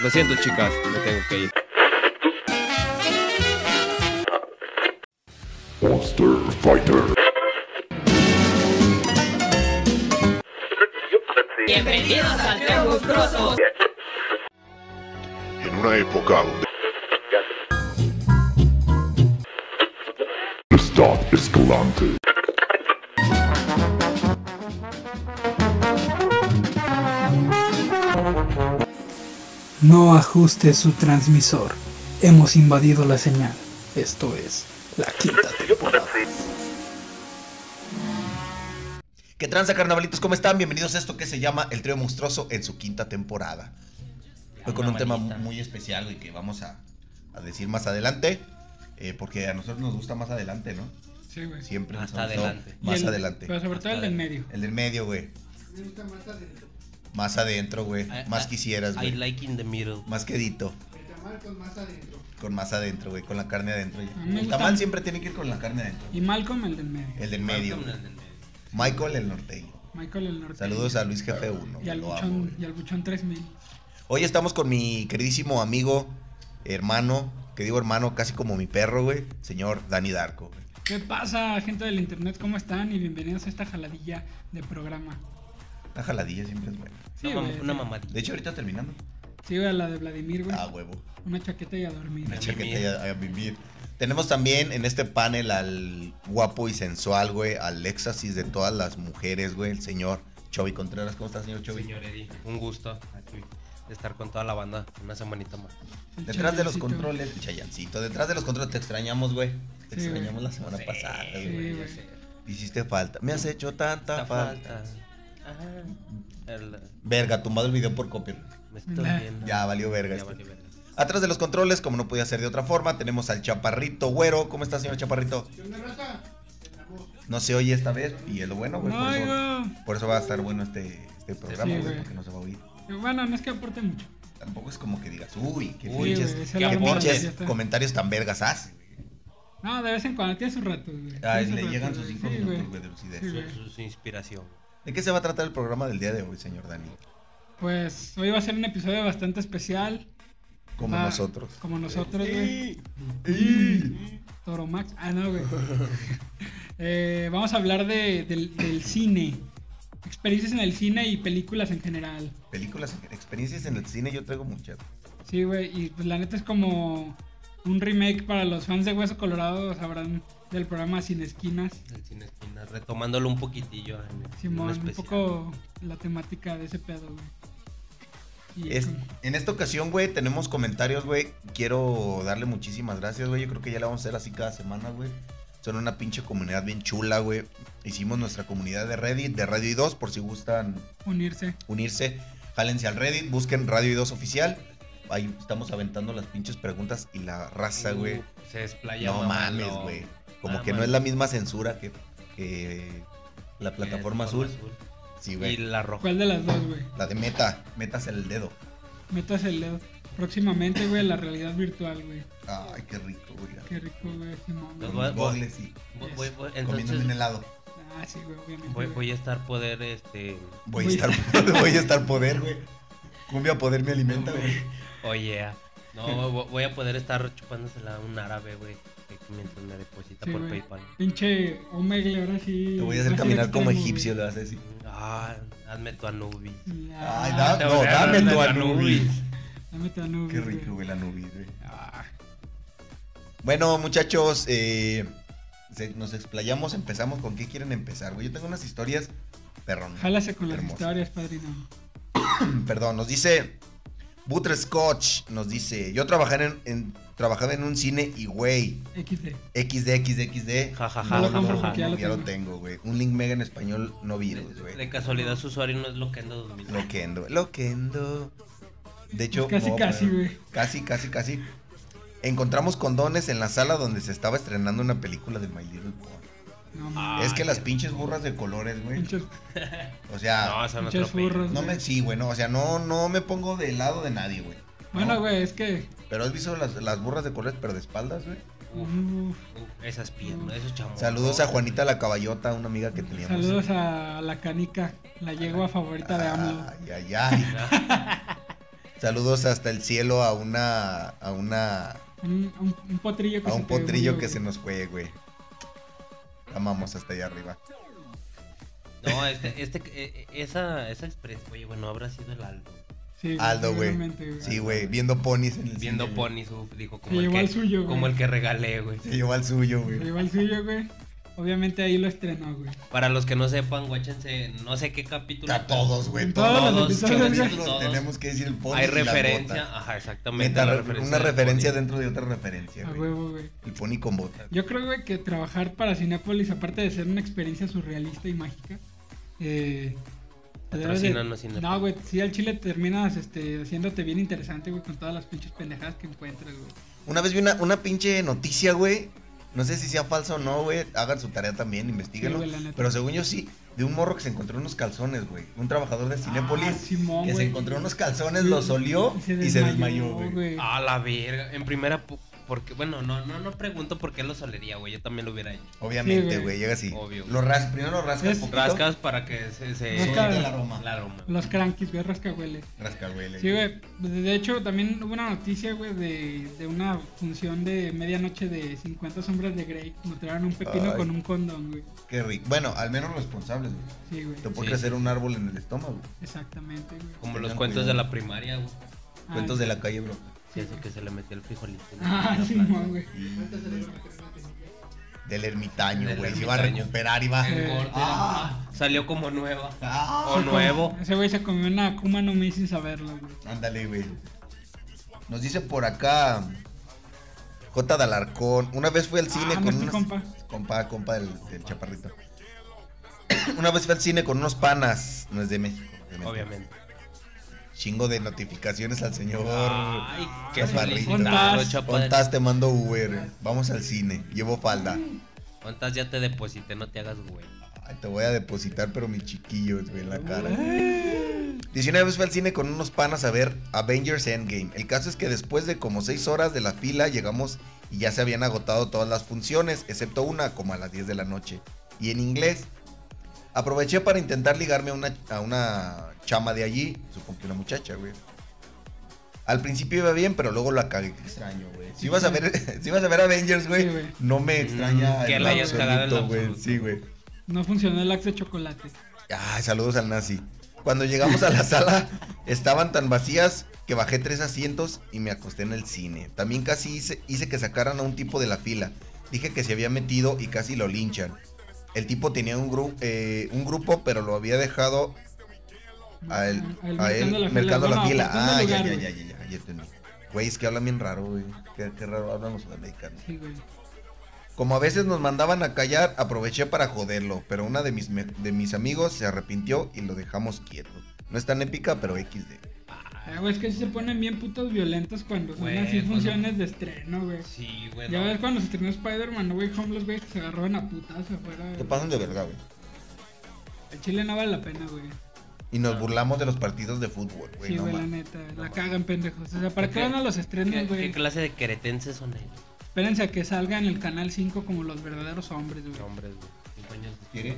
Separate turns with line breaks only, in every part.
Lo siento, chicas, me tengo que ir.
Monster Fighter.
Bienvenidos al Tren Monstruoso.
En una época donde. Stop Escalante.
No ajuste su transmisor. Hemos invadido la señal. Esto es la quinta temporada.
¿Qué tranza, carnavalitos? ¿Cómo están? Bienvenidos a esto que se llama El Trío Monstruoso en su quinta temporada. Hoy con un tema muy especial y que vamos a, a decir más adelante, eh, porque a nosotros nos gusta más adelante, ¿no?
Sí, güey.
Siempre nos
Hasta
ha gustado
adelante.
Y
Más
el-
adelante.
Pero sobre todo el del medio.
El del medio, güey. Más adentro, güey.
I-
Más
I-
quisieras,
Ah, I
güey.
like in the middle.
Más quedito. Con más adentro, güey. Con la carne adentro.
A
Ya.
mí me
El
gusta-
tamal siempre tiene que ir con la carne adentro.
Y Malcolm el del medio.
El del medio.
Malcolm,
güey.
el del medio.
Michael el norteño.
Michael el norte.
Saludos a Luis Jefe 1.
Y al
Lo amo,
buchón,
güey.
y al buchón 3000.
Hoy estamos con mi queridísimo amigo, hermano, que digo hermano casi como mi perro, güey, señor Dani Darko. güey.
¿Qué pasa, gente del internet? ¿Cómo están? Y bienvenidos a esta jaladilla de programa.
Una jaladilla siempre es buena.
Sí,
Una mam-
güey.
Una mamadita.
De hecho, ahorita terminando.
Sí, güey, a la de Vladimir, güey.
Ah, huevo.
Una chaqueta y a dormir.
Una
A
chaqueta
mimir.
y a- a vivir. Tenemos también en este panel al guapo y sensual, güey, al éxtasis de todas las mujeres, güey, el señor Chovy Contreras. ¿Cómo estás, señor Chovy?
Señor Eddie, un gusto aquí de estar con toda la banda una semanita más.
El
Detrás de los
chayoncito.
controles, Chayancito, detrás de los controles te extrañamos, güey. Te
Sí,
extrañamos
güey.
la semana pasada,
Sí,
güey.
güey.
Hiciste falta. Me has hecho tanta
Esta
falta.
falta. Ajá. El-
Verga, tumbado el video por copia.
me estoy
Nah.
viendo.
Ya valió verga
Ya
esto.
valió verga.
Atrás de los controles, como no podía ser de otra forma, tenemos al Chaparrito Güero. ¿Cómo está, señor Chaparrito? No se oye esta vez y es lo bueno, güey.
No,
Por eso,
oigo.
por eso va a estar bueno este, este programa,
Sí,
güey,
güey.
porque no se va a oír.
Bueno, no es que aporte mucho.
Tampoco es como que digas, uy, qué
Uy, güey,
pinches,
es
qué
el arma,
pinches
ya está.
comentarios tan vergas haces.
No, de vez en cuando tiene sus ratos, güey.
Ay, le
Tiene ratos,
llegan sus
güey.
cinco
Sí,
minutos,
güey.
güey, de lucidez.
Sí,
Su,
güey.
su- su inspiración.
¿De qué se va a tratar el programa del día de hoy, señor Dani?
Pues hoy va a ser un episodio bastante especial.
Como
Ah,
nosotros.
Como nosotros, güey. Toro Max. Ah, no, güey. Eh, vamos a hablar de, del, del cine. Experiencias en el cine y películas en general.
Películas, experiencias en el cine, yo traigo muchas.
Sí, güey. Y pues la neta es como un remake para los fans de Hueso Colorado. Sabrán del programa Sin Esquinas.
El cine esquina, retomándolo un poquitillo. en- en
Simón, un
especial.
poco la temática de ese pedo, güey. Y
Es-
con-
en esta ocasión, güey, tenemos comentarios, güey. Quiero darle muchísimas gracias, güey. Yo creo que ya la vamos a hacer así cada semana, güey. Son una pinche comunidad bien chula, güey. Hicimos nuestra comunidad de Reddit, de Radio I2, por si gustan
unirse.
unirse. Jálense al Reddit, busquen Radio I2 oficial. Ahí estamos aventando las pinches preguntas y la raza,
Uh,
güey.
Se desplaya
No mames, güey. Como
Ah,
que no
mano.
es la misma censura que, que la plataforma azul. Sí,
Y
güey.
la roja.
¿Cuál de las dos, güey?
La de meta, metas el dedo.
Metas el dedo. Próximamente, güey, la realidad virtual, güey.
Ay, qué rico, güey.
Qué rico, güey, Simón.
Los
güey.
voy a-
Gogles y
Voy- voy- voy-
comiéndome un
entonces
helado.
Ah, sí, güey, obviamente.
voy,
güey.
voy a estar poder este
Voy a
Voy-
estar, voy a estar poder, güey. Cumbia poder me alimenta, güey.
Oye, ah. no, vo- voy a poder estar chupándosela a un árabe, güey, que mientras me deposita
Sí,
por
güey.
PayPal.
Pinche Omegle, ahora sí.
Te voy a
ahora
hacer
sí
caminar como
extremo,
egipcio,
güey.
le vas a decir.
Ah, hazme tu Anubis.
Ah,
Ay, da- no,
Ah,
dame tu
la
Anubis.
Dame tu anubis,
Qué rico, güey, la nube, güey.
Ah,
Bueno, muchachos, eh, se- nos explayamos, empezamos. ¿Con qué quieren empezar, güey? Yo tengo unas historias, perrón.
jálase con las
Hermoso.
historias, padrino.
Perdón, nos dice Butter Scotch, nos dice, yo trabajaba en, en- trabajaba en un cine y, güey,
XD.
XD, XD, XD.
Ja, ja,
ja,
no,
ja,
no,
ja,
no,
ja, ya
no,
lo
ya lo
tengo.
tengo, güey. Un link mega en español no
De,
virus, güey.
de casualidad su usuario no es Loquendo 2000.
Loquendo, loquendo. De hecho,
Pues casi,
me voy a
casi,
poner-
güey.
Casi, casi, casi. Encontramos condones en la sala donde se estaba estrenando una película de My Little Pony.
No,
Ah,
es que las
qué
pinches burras de colores, güey.
pinches
O sea,
No, eso no
Pinches furros.
atropello.
no, me. Sí, güey, no, o sea, no, no me pongo del lado de nadie, güey.
Bueno,
No.
güey, es que.
Pero has visto las, las burras de colores, pero de espaldas, güey.
Uf,
Uf.
uf, esas piernas, esos chamos.
Saludos a Juanita la Caballota, una amiga que teníamos.
Saludos a la canica, la yegua favorita de AMLO.
Ay, ay, ay. Saludos hasta el cielo a una. a una.
Un, un- un potrillo que
a
se
un
te
potrillo
murió,
que se
güey.
nos fue, güey. Amamos hasta allá arriba.
Ah, No, este, este, eh, eh, esa, esa experiencia, oye, bueno, habrá sido el Aldo.
Sí,
Aldo, güey.
seguramente,
Sí, güey, viendo ponis en el
Viendo
cine, güey.
ponis, uf, dijo
Se
como, el
llevó
que,
al suyo,
como
güey.
el que regalé, güey.
Se llevó al suyo,
Se
güey.
llevó el suyo, güey. Obviamente ahí lo estrenó, güey.
Para los que no sepan, guáchense, no sé qué capítulo.
A todos, güey.
En
Todos,
todos los
los
episodios, güey.
capítulos tenemos que decir ponis.
Hay
y las botas.
referencia. Ajá, exactamente.
Neta,
la
re- una
del
referencia
pony.
dentro de otra referencia,
A
güey.
huevo, Ah, güey.
El pony con botas.
Yo creo, güey, que trabajar para Cinépolis, aparte de ser una experiencia surrealista y mágica, eh, te debes de-
Patrocínanos, Cinépolis.
No, güey, sí, al chile terminas este, haciéndote bien interesante, güey, con todas las pinches pendejadas que encuentras, güey.
Una vez vi una, una pinche noticia, güey. No sé si sea falsa o no, güey. Hagan su tarea también, investiguenlo.
Sí, güey, la neta.
Pero según yo sí, de un morro que se encontró unos calzones, güey. Un trabajador de
Ah,
Cinépolis
Simón,
que se
güey.
encontró unos calzones, los olió y se desmayó, güey.
Ah, la verga. En primera, pu- porque, bueno, no, no, no pregunto por qué lo solería, güey. Yo también lo hubiera hecho.
Obviamente,
Sí, güey.
güey, llega así.
Obvio, güey.
Lo ras primero lo rascas
Es-
poquito.
Rascas para que se. se
Rasca-
suelta el aroma.
el aroma.
Los crankies, güey, rascahueles.
Rasca, güey. le
Sí,
digo.
güey. De hecho, también hubo una noticia, güey, de, de una función de medianoche de 50 sombras de Grey. Encontraron un pepino
Ay.
con un condón, güey.
Qué rico. Bueno, al menos responsables, güey.
Sí, güey.
Te puede
Sí.
crecer un árbol en el estómago.
Exactamente, güey.
Como los
Tengan
cuentos
cuidado.
de la primaria, güey.
Ah,
Cuentos de la calle, bro.
sí,
Que se-
güey.
que se le metió el frijolito. en la
Ah,
planta.
Simón, güey.
Del ermitaño,
Del
güey. Se iba a
ermitaño.
recuperar, iba.
Sí.
Engorda.
Ah.
Salió como nueva.
Ah.
O nuevo.
Ese güey se comió una Akuma no me sin saberlo, güey.
Ándale, güey. Nos dice por acá J. Dalarcón. Una vez fui al cine
Ah,
con
nuestro
unos...
compa.
Compa, compa del, del chaparrito. Una vez fui al cine con unos panas. No es de México. obviamente.
Obviamente.
Chingo de notificaciones al señor.
Ay, qué pues,
chaparrito.
solicitado,
Contas.
chaparrito.
Contas, te mando Uber. güey. Vamos al cine. Llevo falda.
Contas, ya te deposité, no te hagas, güey.
Ay, te voy a depositar, pero mis chiquillos, güey, en la cara. 19 veces fui al cine con unos panas a ver Avengers Endgame. El caso es que después de como 6 horas de la fila llegamos y ya se habían agotado todas las funciones, excepto una como a las 10 de la noche. Y en inglés. Aproveché para intentar ligarme a una, a una chama de allí, supongo que una muchacha, güey. Al principio iba bien, pero luego la cagué. Qué extraño, güey. Si ibas a ver, si ibas a ver Avengers, güey,
Sí, güey.
no me extraña.
Mm, que
en
la
lo
hayas cagado en lo
absoluto, güey.
absoluto.
Sí, güey.
No funcionó el axe de chocolate.
Ay, saludos al nazi. Cuando llegamos a la sala, estaban tan vacías que bajé tres asientos y me acosté en el cine. También casi hice, hice que sacaran a un tipo de la fila. Dije que se había metido y casi lo linchan. El tipo tenía un, gru- eh, un grupo, pero lo había dejado a él,
Ah,
a él mercando la fila. Ah, ya, ya, ya, ya, ya, ya entendí. Güey, es que hablan bien raro, güey. Qué, qué raro hablan los sudamericanos.
Sí, güey.
Como a veces nos mandaban a callar, aproveché para joderlo, pero una de mis, me- de mis amigos se arrepintió y lo dejamos quieto. No es tan épica, pero XD.
Ah, güey, es que sí se ponen bien putos violentos cuando son
Güey,
así
cuando-
funciones de estreno, güey.
Sí, güey.
Ya
no.
ves cuando se estrenó Spider-Man, no, güey, Home, los güeyes que se agarraron a putas afuera.
Te
güey.
pasan de verga, güey.
El chile no vale la pena, güey.
Y nos burlamos de los partidos de fútbol, güey.
Sí,
no
güey, la
mames.
neta. La
mames.
cagan, pendejos. O sea, ¿para qué
¿Qué-
van a los
¿Qué,
estrenos,
qué
güey?
clase de queretenses son ellos?
Espérense a que salga en el canal 5 como los verdaderos hombres, güey.
Qué hombres, güey. Cinco años después,
¿Quiere?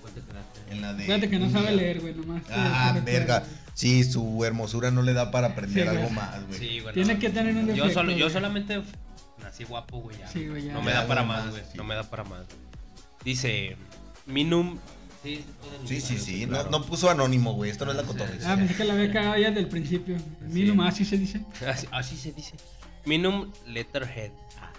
¿cómo te quedaste?
En la de.
Fíjate que no sabe leer, güey, nomás. te-
Ah,
te recuerda,
verga.
güey.
Sí, su hermosura no le da para aprender
Sí, güey.
algo más, güey.
Sí, güey.
Tiene
no.
que tener un
yo,
defecto.
solo, yo
güey.
solamente f- nací guapo, güey. ya.
Sí, güey, ya.
No me
Ya,
da para
güey,
más,
más,
güey.
sí.
No me da para más. Dice, Minum. Sí, pueden
Sí, sí,
usar,
sí. No,
claro.
no puso anónimo, güey. Esto no es la
Ah,
cotorriza.
pensé que la había cagado ya desde el principio. A mí
Sí.
nomás así se dice.
Así, así se dice. Minum Letterhead.
Ah,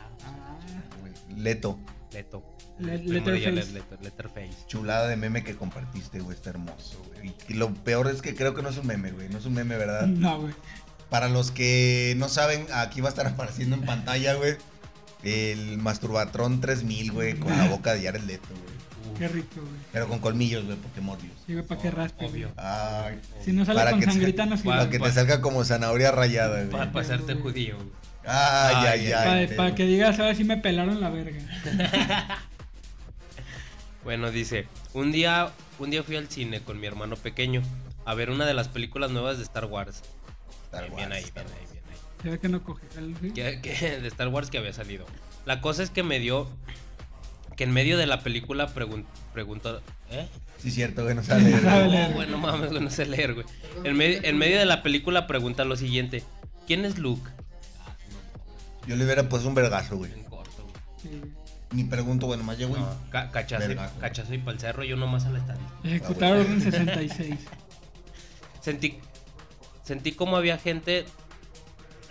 Leto,
Leto.
Le-
El primo de ella,
Letterface.
Let- Let- Letterface.
chulada de meme que compartiste, güey. Está hermoso, güey. Y lo peor es que creo que no es un meme, güey. No es un meme, ¿verdad?
no, güey.
Para los que no saben, aquí va a estar apareciendo en pantalla, güey. El Masturbatrón 3000, güey, con la boca de Jared Leto, güey.
Uf,
Qué rico, güey.
Pero con colmillos, güey, porque Morbius.
Sí, güey, para que raspe.
Obvio.
güey.
Ay.
Si no sale
Para
con
que te-
sangrita, no
Para
sirve.
que te salga como zanahoria rayada,
Para
güey.
pasarte judío. güey.
Ay, ay, ay.
Para, para que digas, ahora sí me pelaron la verga.
Bueno, dice, un día, un día fui al cine con mi hermano pequeño a ver una de las películas nuevas de Star Wars.
Star
bien, bien
Wars,
ahí,
Star
bien ahí,
Wars.
bien ahí.
Se ve que no coge. ¿sí?
que- que- de Star Wars que había salido. La cosa es que me dio que en medio de la película pregun- preguntó... ¿Eh?
Sí, cierto, güey, no sale.
Sabe
güey.
leer.
Bueno, mames, güey, no sé leer, güey. En, me- en medio de la película pregunta lo siguiente. ¿Quién es Luke?
Yo le hubiera puesto un vergazo, güey.
En corto, güey.
Sí, güey.
Ni pregunto, bueno, más llego y.
No, ca- cachazo,
Verga, güey.
cachazo y pa'l cerro, yo nomás a la estadística.
Ejecutar
Ah,
orden 66.
Sentí, sentí como había gente...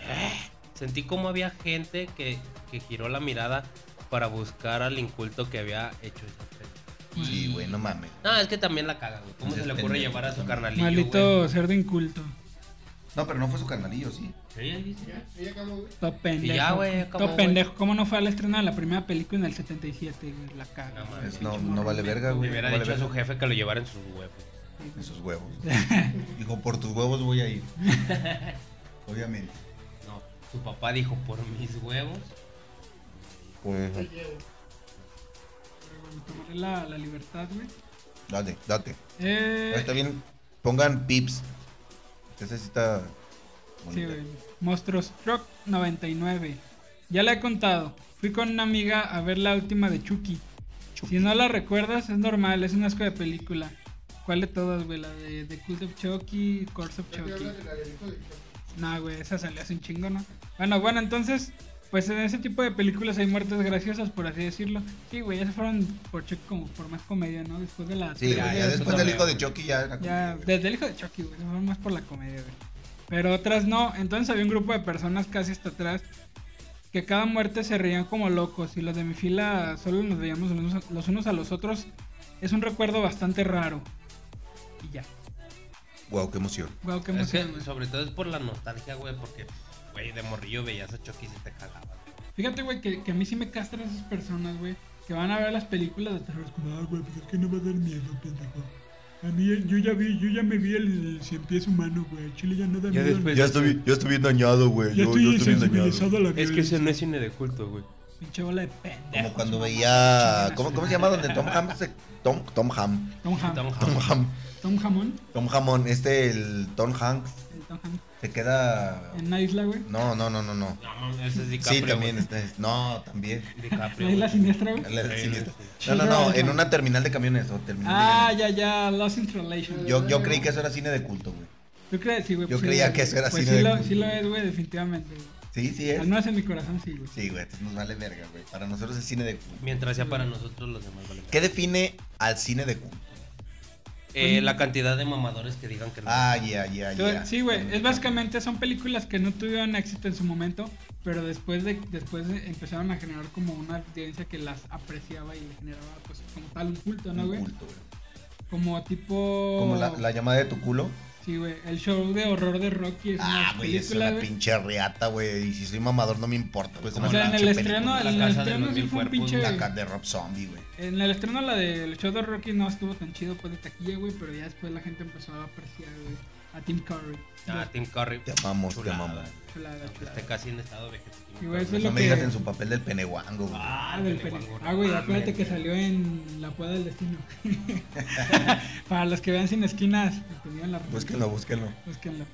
¡Eh! Sentí como había gente que, que giró la mirada para buscar al inculto que había hecho esa película.
Sí, güey, no mames.
No, es que también la caga, güey. ¿Cómo
Pues
se le
es
ocurre
pendejo
llevar a su
también.
carnalillo,
Maldito cerdo inculto.
No, pero no fue su carnalillo, sí.
güey? Sí,
Todo pendejo.
ya, güey, acabó,
Todo pendejo. ¿Cómo no fue al estreno de la primera película en el 77? güey? La caga.
No mames,
Pues no, no vale verga,
Le
güey.
hubiera
no vale
dicho a
verga.
su jefe que lo llevara en sus huevos.
Esos huevos. Dijo, por tus huevos voy a ir. Obviamente.
No, su papá dijo, por mis huevos.
Pues,
Tomaré la, la libertad, güey.
date, date.
Eh,
Está bien. Pongan pips. Ese sí está.
Sí,
bonito.
güey. Monstruos Truck 99. Ya le he contado. Fui con una amiga a ver la última de Chucky. Si no la recuerdas, es normal, es un asco de película. ¿Cuál de todas, güey? La de The Cult of Chucky, Course of Chucky. No, güey, esa salió hace un chingo, ¿no? Bueno, bueno, entonces, pues en ese tipo de películas hay muertes graciosas, por así decirlo. Sí, güey, ya se fueron por Chucky como por más comedia, ¿no? Después de la...
Sí, güey,
Ya,
ya,
ya,
después
eso
del
también.
hijo de Chucky ya era como-
Ya, desde el hijo de Chucky, güey, se fueron más por la comedia, güey. Pero otras no, entonces había un grupo de personas casi hasta atrás que cada muerte se reían como locos y los de mi fila solo nos veíamos los unos, los unos a los otros. Es un recuerdo bastante raro. Y ya.
Guau, qué emoción.
Wow, qué
Es que,
emoción, güey.
sobre todo es por la nostalgia, güey, porque, güey, de morrillo veías a Chucky y se te cagaba.
Fíjate, güey, que, que a mí sí me castran esas personas, güey, que van a ver las películas de terror. Es como, ah, güey, pues es que no va a dar miedo, pendejo. A mí, eh, yo ya vi, yo ya me vi el, cien pies humano, güey. Chile ya no da miedo.
Ya estoy, ya estoy bien dañado, güey. Yo, yo estoy bien dañado.
a la violencia.
no es cine de culto, güey.
Pinche bola de pendejo.
Como cuando veía. ¿Cómo, cómo se llama? Donde Tom Ham se. Tom, Tom Ham.
Tom
Tom
Ham. Tom,
Tom
Hanks.
Ham.
Jamón.
Tom Hamon. Este, el Tom Hanks.
el Tom Ham.
Se queda.
En una isla, güey.
No, no, no, no, no.
No, mames, ese es
Sí,
DiCaprio.
también.
güey.
Este, no, también.
DiCaprio,
La isla
güey.
siniestra, güey.
La-
Sí,
sí,
sí.
está. No, no, no. En una terminal de camiones. O terminal de
Ah, ya, ya. Lost in Translation.
Yo, yo creí que eso era cine de culto, güey.
¿Tú crees? Sí, güey.
yo
sí,
creía
güey.
que eso era
pues
cine
sí
de
lo,
culto.
sí lo es, güey, definitivamente. güey.
Sí, sí es.
Al menos en mi corazón, sí, güey.
Sí, güey, entonces nos vale verga, güey. Para nosotros es cine de culto.
Mientras sea para nosotros los demás, vale.
¿Qué define al cine de culto?
Eh, la cantidad de mamadores que digan que no.
Ah, ya, ya,
Yo-
ya.
Sí, güey, es básicamente son películas que no tuvieron éxito en su momento, pero después de después de- empezaron a generar como una audiencia que las apreciaba y le generaba pues como tal un culto, ¿no,
Un
güey?
culto, güey.
Como tipo
Como la, la llamada de tu culo.
Sí, güey, el show de horror de Rocky es
Ah,
una
güey, es
película,
una
güey.
pinche reata, güey. Y si soy mamador no me importa, güey. Como
O sea, en
la
el
pinche
estreno,
película.
en
La
el
casa de
estreno
los
sí
mil
fue un
cuerpos,
pinche.
La ca- de Rob Zombie, güey.
En el estreno la del show de Rocky no estuvo tan chido pues de taquilla, güey, pero ya después la gente empezó a apreciar, güey, a Tim Curry.
Ah,
Güey,
Tim este Curry.
Te amamos, te
Chulada.
amamos.
chulada,
Que
chulada.
Está casi en estado vegetativo.
Y, güey, eso es
No
lo
me
que
digas en su papel del peneguango, güey.
Ah, del peri- Ah, güey, acuérdate que salió en La Pueda del Destino. Para los que vean sin esquinas, pues, tuvieron la
Búsquenlo, búsquenlo.
Búsquenlo.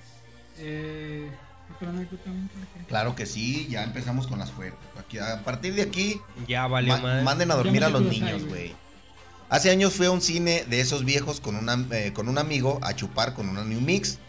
Eh, otra anécdota, ¿no? ¿Por qué?
Claro que sí, ya empezamos con las fuertes. Aquí, a partir de aquí,
Ya valió
Ma-
madre.
Manden a dormir
Ya
a
me
los
quiero
niños,
salir.
güey. Hace años fui a un cine de esos viejos con, una, eh, con un amigo a chupar con una New Mix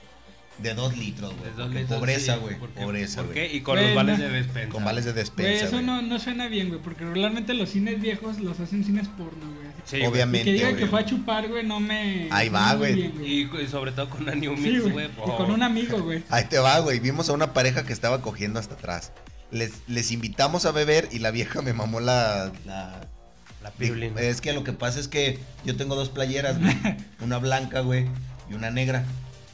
de dos litros, güey.
Es
porque
donde-
Pobreza,
sí,
güey.
porque-
Pobreza,
¿Por qué?
güey.
Y con los
Güey,
vales
no.
de despensa.
Con vales de
Güey,
despensa,
eso
güey.
no, no suena bien, güey, porque regularmente los cines viejos los hacen cines porno, güey. Así
Sí, güey.
Obviamente.
Que diga
güey.
que fue a chupar, güey, no me.
Ahí
no
va,
me
güey.
bien,
Y, y sobre todo con una New
Sí,
Mix,
güey.
güey.
Y
por
con un amigo, güey.
Ahí te va, güey. Vimos a una pareja que estaba cogiendo hasta atrás. Les, les invitamos a beber y la vieja me mamó la... la-
La pirulina.
Es que lo que pasa es que yo tengo dos playeras, güey. Una blanca, güey, y una negra.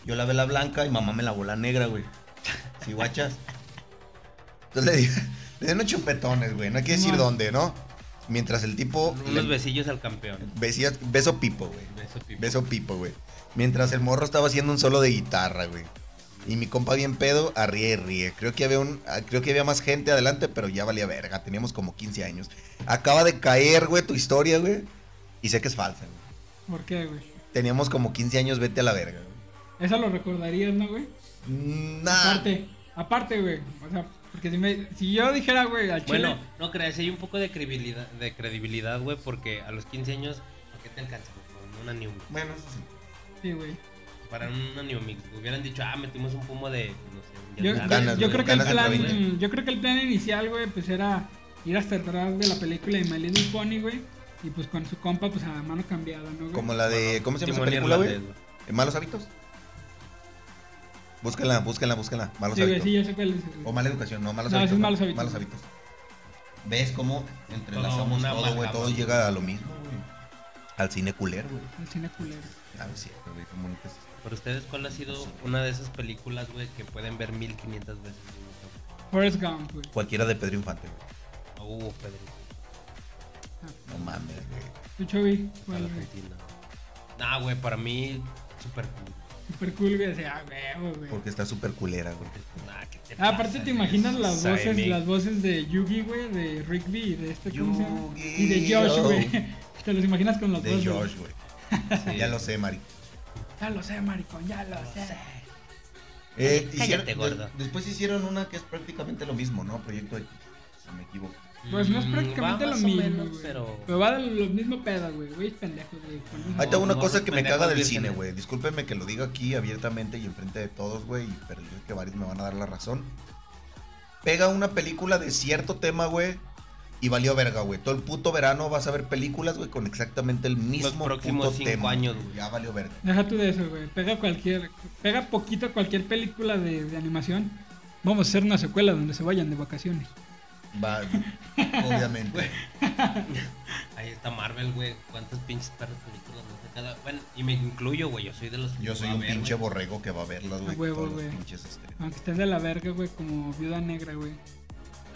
Yo lavé la blanca y mamá me lavó la negra, güey. ¿Sí, guachas? Entonces le di, le di unos chupetones, güey. No hay que decir
Simón.
dónde, ¿no? Mientras el tipo...
Unos
le-
besillos al campeón.
besía- beso pipo, güey.
Beso tipo.
Beso pipo, güey. Mientras el morro estaba haciendo un solo de guitarra, güey. Y mi compa bien pedo, a ríe y ríe. Creo que había un, ah, creo que había más gente adelante, pero ya valía verga. Teníamos como 15 años. Acaba de caer, güey, tu historia, güey. Y sé que es falsa, güey.
¿Por qué, güey?
Teníamos como 15 años, vete a la verga, güey.
Eso lo recordarías, ¿no, güey?
Mm, Nah.
Aparte, aparte, güey. O sea, Porque si, me, si yo dijera, güey, al chile.
Bueno, no creas, sí hay un poco de credibilidad, de credibilidad, güey, porque a los 15 años, ¿a qué te alcanza? güey? Con una New Mix.
Bueno, eso sí.
sí, güey.
Para una New Mix. güey, Hubieran dicho, ah, metimos un pomo de, no sé, un
Yo,
Yandel,
ganas,
güey,
yo- yo
güey,
creo que el
ganas de
plan,
proveer.
yo creo que el plan inicial, güey, pues era ir hasta atrás de la película de My Little Pony, güey. Y pues con su compa, pues a mano cambiada, ¿no, güey?
Como la de. ¿Cómo se llama esa
Timón
película, güey?
Irlandés, güey.
¿En ¿Malos hábitos? Búscala, búscala, búscala. Malos
Sí, güey,
hábitos.
sí, ya sé cuál es. güey.
O mala educación, no, malos
No,
hábitos.
sí,
no,
malos hábitos.
¿Ves cómo entrelazamos
Todo, una
todo, güey?
amalgama.
Todo llega a lo mismo, güey. Al cine culero, güey.
El cine culero.
Ah, sí, pero güey, qué bonito es.
Para ustedes, ¿cuál ha sido una de esas películas, güey, que pueden ver 1500 veces? güey?
Forrest Gump, güey.
Cualquiera de Pedro Infante, güey.
Uh, Pedro,
No mames, güey.
Tú, Chovy,
para
¿cuál, Ah, güey?
Argentina. Nah, güey, para mí, super cool.
Super cool, güey. Así, ah, huevo, güey.
Porque está súper culera, güey.
Nah, ¿qué te
Ah, aparte
pasa,
te
güey?
imaginas las
Sabe
voces,
mí.
las voces de Yugi, güey, de Rigby y de este ¿cómo se llama?
Yugi,
y de Josh,
oh.
güey. Te los imaginas con los
De
dos. güey.
George, güey.
Sí.
Ya lo sé, Mari.
Ya lo sé, maricón, ya lo sé.
Eh,
Cállate,
de-
gordo.
después hicieron una que es prácticamente lo mismo, ¿no? Proyecto X. Si me equivoco.
Pues no es
Mm,
prácticamente
va
lo
más o
mismo,
menos,
güey.
pero...
Pero va de los mismos pedos, güey. Güey, pendejos, güey. con los-
Ahí está
No,
una
no,
cosa
los
que me
pendejos
caga del
vírgenes.
cine, güey. Discúlpenme que lo diga aquí abiertamente y enfrente de todos, güey. Pero yo sé que varios me van a dar la razón. Pega una película de cierto tema, güey. Y valió verga, güey. Todo el puto verano vas a ver películas, güey, con exactamente el mismo
próximos
puto
cinco
tema.
años,
güey.
güey.
Ya valió verga.
Deja tú de eso, güey. Pega cualquier, pega poquito cualquier película de, de animación. Vamos a hacer una secuela donde se vayan de vacaciones.
Va, obviamente.
Ahí está Marvel, güey. ¿Cuántas pinches perras películas no sé cada? Bueno, y me incluyo, güey. Yo soy de los. que
Yo soy
va a
un
ver,
pinche
güey.
borrego que va a verlas, güey.
A huevo,
todos los
güey.
pinches este. estrenos.
Aunque estén de la verga, güey, como Viuda Negra, güey.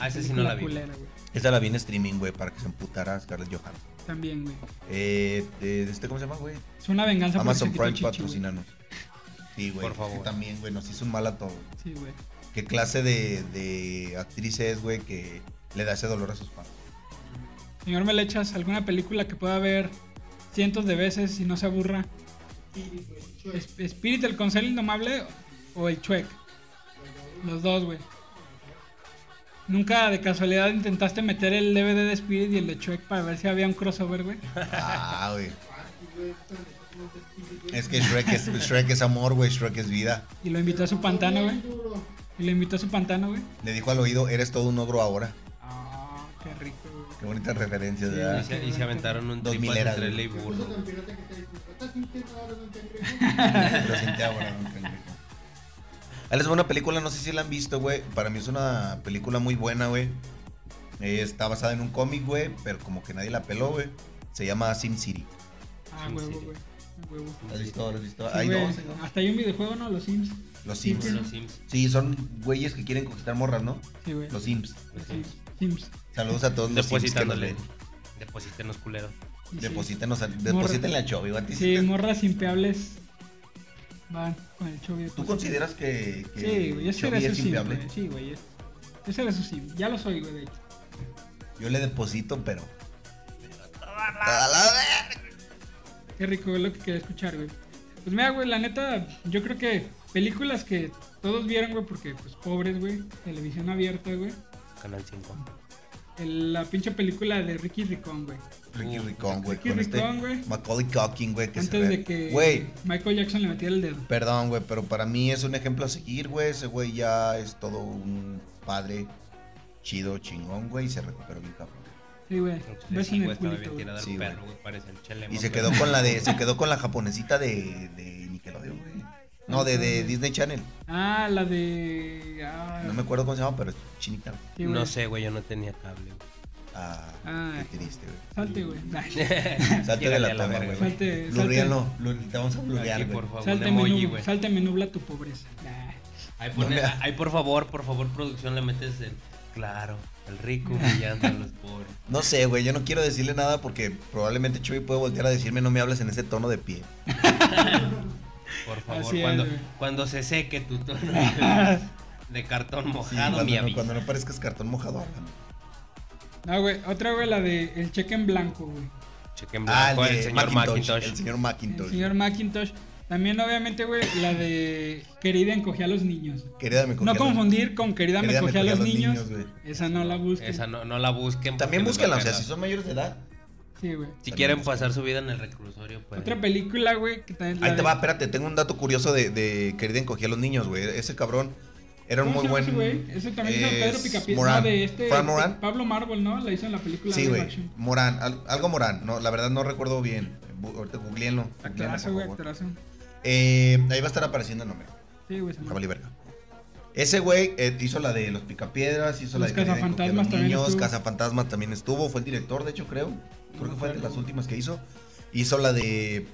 Ah, ese sí no la vi.
Película culera, güey.
Esta la vi en streaming, güey, para que se emputara Scarlett Johansson.
También, güey.
Eh, de- de este, ¿cómo se llama, güey?
Es una venganza por
Amazon
ese quitó
Prime
chichi, güey.
patrocinanos. Sí, güey. Por
Por favor.
favor. También, güey, nos hizo un mal a todos.
Sí, güey.
¿Qué clase de, de actriz es, güey, que le da ese dolor a sus fans?
Señor Melechas, ¿alguna película que pueda ver cientos de veces y no se aburra? Es- Spirit, el Consel Indomable o el Chuec. Los dos, güey. ¿Nunca de casualidad intentaste meter el DVD de Spirit y el de Chuec para ver si había un crossover, güey?
Ah, güey. Es que Shrek es, Shrek es amor, güey. Shrek es vida.
Y lo invitó a su pantano, güey. Y lo invitó a su pantano, güey.
Le dijo al oído, eres todo un ogro ahora.
Ah, qué rico, güey.
Qué bonita referencia,
Sí,
Y
¿verdad?
se, y se aventaron un
Dos
tripas
mileras,
entre él
güey.
y burro.
Lo sentí ahora, don Cangrejo. Ahí les va una película, no sé si la han visto, güey. Para mí es una película muy buena, güey. Eh, está basada en un cómic, güey, pero como que nadie la peló, güey. Se llama Sim City.
Ah,
Sí,
huevo,
sí.
güey. A huevo.
¿Lo has visto? ¿Lo has visto?
Sí,
Ahí
güey.
no, sí, no.
Hasta hay un videojuego, ¿no? Los Sims.
Los
Sí,
Sims.
güey.
Los Sims.
Sí, son güeyes que quieren conquistar morras, ¿no?
Sí, güey.
Los Sims.
Los
Sí,
Sims.
Sims.
Saludos a todos los Sims que nos
Depositándole.
ven.
Deposítenos, culero.
Sí, sí.
Deposítenos, a- deposítenle a Chovy, güey.
Sí, morras impeables van con el chovy.
¿Tú consideras que, que
Sí, güey, yo
Chovy
seré su
es
sim,
inviable?
güey. Sí, güey. Yo, yo seré su sim. Ya lo soy, güey, de hecho.
Yo le deposito, pero... ¡A la verga!
Qué rico es lo que quería escuchar, güey. Pues mira, güey, la neta, yo creo que películas que todos vieron, güey, porque pues pobres, güey. Televisión abierta, güey.
Canal 5.
El- la pinche película de Ricky Ricón, güey.
Ricky
Uh,
Ricón, güey.
Ricky
con este
Ricón, güey.
Macaulay Culkin, güey. Que se
Antes
ve-
de que
Güey,
Michael Jackson le metiera el dedo.
perdón, güey, pero para mí es un ejemplo a seguir, güey. Ese güey ya es todo un padre chido, chingón, güey. Y se recuperó bien cabrón.
Sí, güey.
pues,
Beso en
Sí, güey,
el
estaba
culito,
bien
güey.
tirada al
Sí, güey.
perro, güey. Parece el chelemo.
Y se quedó con la de... Se quedó con la japonesita de, de Nickelodeon, güey. No, de, de Disney Channel.
Ah, la de... Ah,
No me acuerdo cómo se llama, pero es chinita.
sí, güey.
No sé, güey. Yo no tenía cable. güey.
Ah,
Ah.
qué triste, güey.
Salte, güey. Nah.
Salte de
Llégale
la
a la
toma,
verga,
güey.
güey.
Salte, salte.
Blurrealo, blur- te vamos a blurrear,
Aquí,
güey.
por favor, un
Salte
emoji,
me,
güey.
salte me nubla tu pobreza. Nah.
Ahí, pone-
No me-
ahí, por favor, por favor, producción, le metes el. Claro, el rico humillando a los pobres.
No sé, güey, yo no quiero decirle nada porque probablemente Chuy puede voltear a decirme no me hables en ese tono de pie.
Por favor,
Así es,
cuando,
güey.
cuando se seque tu tono de cartón mojado,
cuando,
Ah, mi
no,
aviso.
cuando no parezcas cartón mojado, háblame.
No, güey. Otra, güey, la de el cheque en blanco, güey.
Chequen
Ah,
blanco, el,
de
señor
Macintosh,
Macintosh.
El señor
El
Macintosh.
señor Macintosh. También, obviamente, güey, la de Querida encogía a los niños.
Querida me
No
cogí a los-
confundir con Querida me cogía a los niños.
güey.
Esa no la busquen.
Esa no, no la busquen.
También
porque les
búsquenla,
va a
o sea,
cagar.
si son mayores de edad.
Sí, güey.
Si quieren pasar su vida en el reclusorio, pues.
Otra película, güey, que también es la
Ahí te
de-
va, espérate, tengo un dato curioso de, de Querida encogía a los niños, güey. Ese cabrón era un
¿Cómo
muy
se llama
buen.
ese güey? Ese también es de Pedro
es
Picapiedra
Morán.
de este
Fran Morán.
Pablo Marvel, ¿no? La hizo en la película
Sí,
live
güey.
action.
Morán, al- algo Morán. No, la verdad no recuerdo bien. Bu- Ahorita googleenlo. googleenlo,
Actorazo,
por
güey,
favor.
actorazo.
Eh, ahí va a estar apareciendo el nombre.
Sí, güey, se
Ya
llama.
vale verga. Ese güey eh, hizo la de los picapiedras, hizo la de
Los
Querida
Cazafantasmas
Encogía a los
también
niños,
estuvo.
Cazafantasmas también estuvo, fue el director, de hecho, creo. Creo que fue de las últimas que hizo. Hizo la de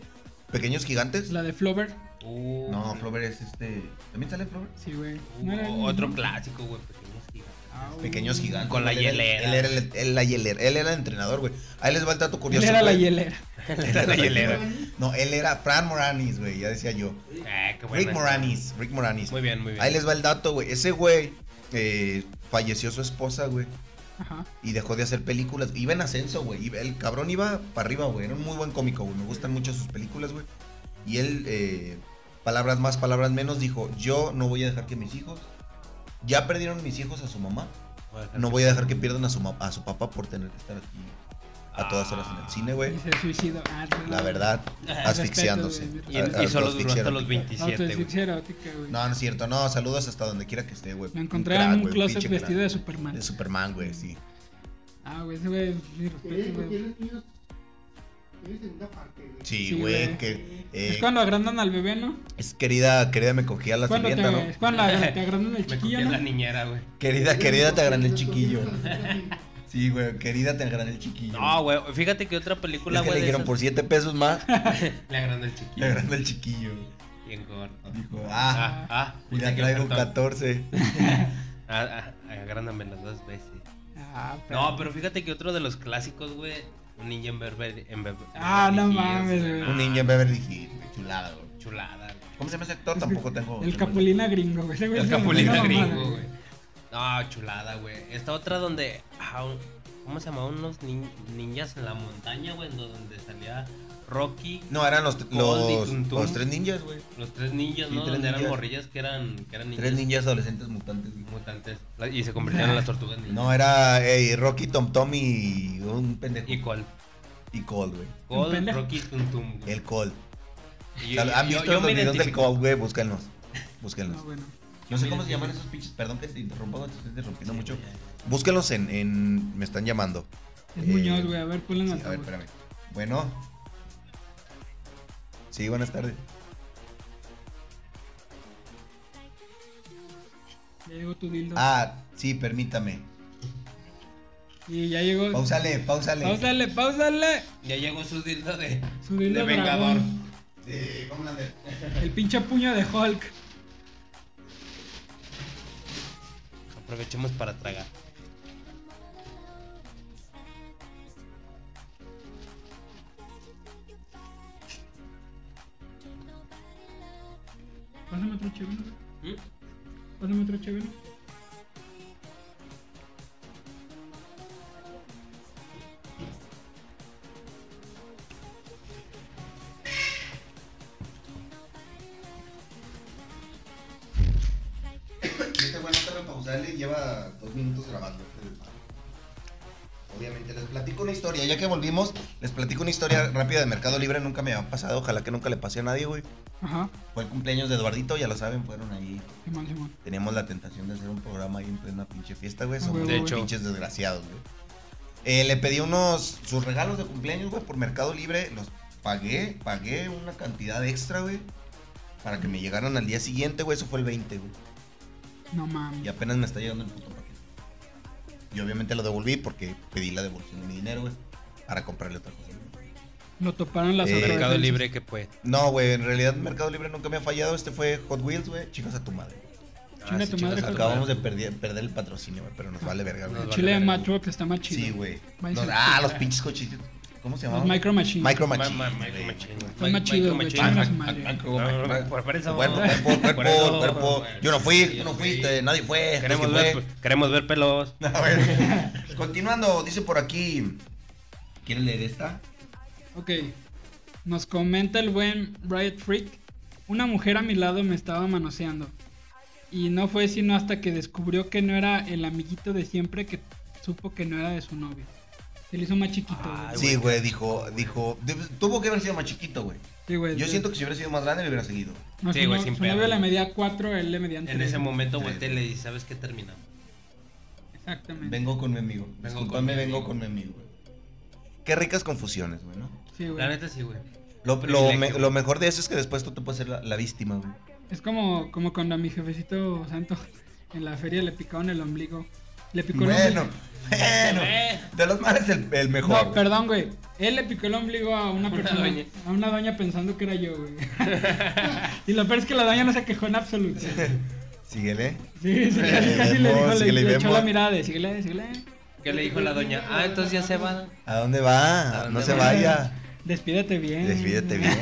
Pequeños Gigantes.
La de Flover.
Uh,
No, Flover es este. ¿También sale Flover?
Sí, güey.
uh,
¿No era el-
otro clásico, güey. pequeños gigantes.
Ah, güey.
Pequeños Gigantes.
Con la
Él era el-
hielera.
Él era el, él- la hielera. Él era el entrenador, güey. Ahí les va el dato
Él
curioso.
era la
güey.
hielera.
Él era la hielera. No, él era Fran Moranis, güey. Ya decía yo.
Eh, qué buena
Rick
esa.
Moranis. Rick Moranis.
Muy bien, muy bien.
Ahí les va el dato, güey. Ese güey eh, falleció su esposa, güey.
Ajá.
Y dejó de hacer películas. Iba en ascenso, güey. Iba- El cabrón iba para arriba, güey. Era un muy buen cómico, güey. Me gustan mucho sus películas, güey. Y él, eh, palabras más, palabras menos, dijo: Yo no voy a dejar que mis hijos. Ya perdieron mis hijos a su mamá. No voy a dejar que pierdan a su, ma- a su papá por tener que estar aquí a todas horas en el cine, güey.
Y se suicidó. Ah, no.
La verdad, asfixiándose.
respeto,
Y,
güey.
A- a-
y solo duró hasta
asfixiaron.
los
No, pues,
27, güey.
asfixia erótica, güey.
No, no es cierto. No, saludos hasta donde quiera que esté, güey.
Lo encontré en un
güey,
closet
pinche
vestido
crack.
de Superman.
De Superman, güey, sí.
Ah, güey, ese güey. mi respeto, güey.
Sí,
Sí,
güey,
güey.
que... eh,
Es cuando agrandan al bebé, ¿no?
es querida, querida me cogía la
Cuando
sirvienta, ¿no?
te, es cuando te agrandan el
Me cogí
chiquillo,
a la
¿no?
niñera, güey.
Querida, querida te agarran el chiquillo. Sí, güey, querida te agarran el chiquillo.
No, güey. Fíjate que otra película,
es que
güey.
le
de
dijeron
esas-
por 7 pesos más,
Le agrandó el
le
chiquillo.
agarran el chiquillo.
Bien gordo.
Dijo, ah,
Ah, ah.
mira,
que
traigo
faltó.
14.
Ah, ah, agrándame las dos veces.
Ah,
No, pero fíjate que otro de los clásicos, güey. Un ninja en Beverly en Bever-
Ah,
Beverly
no
Hills,
mames,
güey.
güey.
Un niño en Beverly Hills, güey, chulada, güey.
ah, Chulada, güey.
¿Cómo se llama ese actor? Tampoco tengo...
El Capulina gringo, güey. Ese güey
El
es una
Capulina
mamada,
gringo, güey. No, chulada, güey. Esta otra donde. ah, un- ¿Cómo se llamaban unos nin- ninjas en la montaña, güey? Donde- Donde salía Rocky,
No, eran los, los,
Tum Tum.
los tres ninjas, güey.
los tres ninjas,
Sí,
¿no?
tres
donde eran
ninjas.
morrillas que eran, que eran ninjas,
Tres ninjas adolescentes mutantes. güey.
mutantes. La- Y se convirtieron en las tortugas ninjas.
No, era eh, Rocky, Tom Tom y un pendejo.
Y Col.
Y Cold, güey.
Col,
pendejo.
Rocky, Tum Tum. güey.
El Cold.
Y yo-
O sea, ¿Han
yo-
visto
yo
los
me
videos del
identifico-
Cold, güey? Búsquenlos. Búsquenlos.
No, bueno.
No sé cómo
Miren,
se llaman
miren.
esos pinches. Perdón que te interrumpa, güey, te estoy interrumpiendo
Sí,
mucho.
güey, ya.
Búsquenlos en, en. Me están llamando.
Es
Eh,
Muñoz, güey. A ver, ponle
Sí,
en
a ver,
altavoz.
espérame. Bueno. Sí, buenas tardes.
Ya llegó tu dildo.
Ah, sí, permítame.
Y ya llegó.
Pausale, pausale.
Pausale, pausale.
Ya llegó su dildo de,
Su
de
dildo
Vengador.
dragón.
Sí, ¿cómo andas?
El pinche puño de Hulk.
Aprovechemos para tragar.
Pásame otro chevino.
¿Mm?
Pásame otro chevino.
Este güey no sabe pausarle y lleva dos minutos grabando. Obviamente, les platico una historia. Ya que volvimos, les platico una historia rápida de Mercado Libre. Nunca me ha pasado. Ojalá que nunca le pase a nadie, güey.
Ajá.
Fue el cumpleaños de Eduardito, ya lo saben, fueron ahí.
Simón, Simón.
Teníamos la tentación de hacer un programa ahí en plena pinche fiesta, güey.
Ah,
Somos
güey,
de
güey.
hecho pinches desgraciados, güey. Eh, le pedí unos. sus regalos de cumpleaños, güey, por Mercado Libre. Los pagué, pagué una cantidad extra, güey. Para que me llegaran al día siguiente, güey. Eso fue el 20, güey.
No
Y
mames.
apenas me está llegando el puto paquete. Y obviamente lo devolví porque pedí la devolución de mi dinero, güey. Para comprarle otra cosa.
Lo toparon las
Eh,
otras
Mercado
veces.
Libre que pues.
No, güey, en realidad Mercado Libre nunca me ha fallado. Este fue Hot Wheels, güey. Chicos a tu madre.
Chinga tu madre,
Nos
Hot
acabamos de perder, perder el patrocinio, güey, pero nos vale verga, güey.
Nos
El
vale
chile de
verga.
Matchbox está más chido.
Sí, güey.
Vayan
Nos-
a-
Ah, los pinches cochitos. ¿Cómo se
Los
llamaban?
Micro Machines.
Micro
Ma-
Machines.
ma-
güey.
Micro Machine, güey.
Fue más
Micro
chido, güey.
Machine.
Chinga
Ah,
su
ah,
madre.
ah,
No, no, no,
Cuerpo,
por- por eso,
cuerpo,
vamos.
cuerpo,
Por eso,
cuerpo, cuerpo.
bueno.
Yo no fui,
Sí,
tú
yo
no
fui.
fuiste, nadie fue.
Queremos
José
ver, pues,
fue.
queremos ver pelos.
A ver, continuando, dice por aquí. ¿Quieren leer esta?
Ok. Nos comenta el buen Riot Freak Una mujer a mi lado me estaba manoseando. Y no fue sino hasta que descubrió que no era el amiguito de siempre que supo que no era de su novio. Se le hizo más chiquito.
Ay,
güey.
Sí, güey, dijo, dijo. de- Tuvo que haber sido más chiquito, güey.
Sí, güey,
Yo
Pues sí.
siento que si hubiera sido más grande le hubiera seguido.
No,
Sí,
su
güey,
no-
sin
su
pedo.
novio le medía 4, él le medía
En ese momento
Tres.
volteé y le dije, ¿sabes qué terminamos?
Exactamente.
Vengo con mi amigo.
Vengo
Disculpadme,
con mi
vengo
amigo.
con mi amigo, güey. Qué ricas confusiones, güey, ¿no?
Sí, güey.
La neta sí, güey.
Lo, lo,
Privilegio.
me- lo mejor de eso es que después tú te puedes ser la, la víctima, güey.
Es como, como cuando a mi jefecito santo en la feria le picaron el ombligo. Le picó el
Bueno,
ombligo.
bueno.
Eh.
De los males el, el mejor.
No,
güey.
perdón, güey. Él le picó el ombligo a una
Una
persona,
doña.
a una doña pensando que era yo, güey. y lo peor es que la doña no se quejó en absoluto.
Síguele.
Sí, sí, casi,
Eh,
casi le dijo,
vemos,
le,
síguele,
le echó
vemos.
la mirada de síguele, síguele.
¿Qué le dijo la doña? Ah, entonces ya se va.
¿A dónde va?
¿A dónde
no se
va? Eh.
vaya.
Despídete bien.
Despídete bien.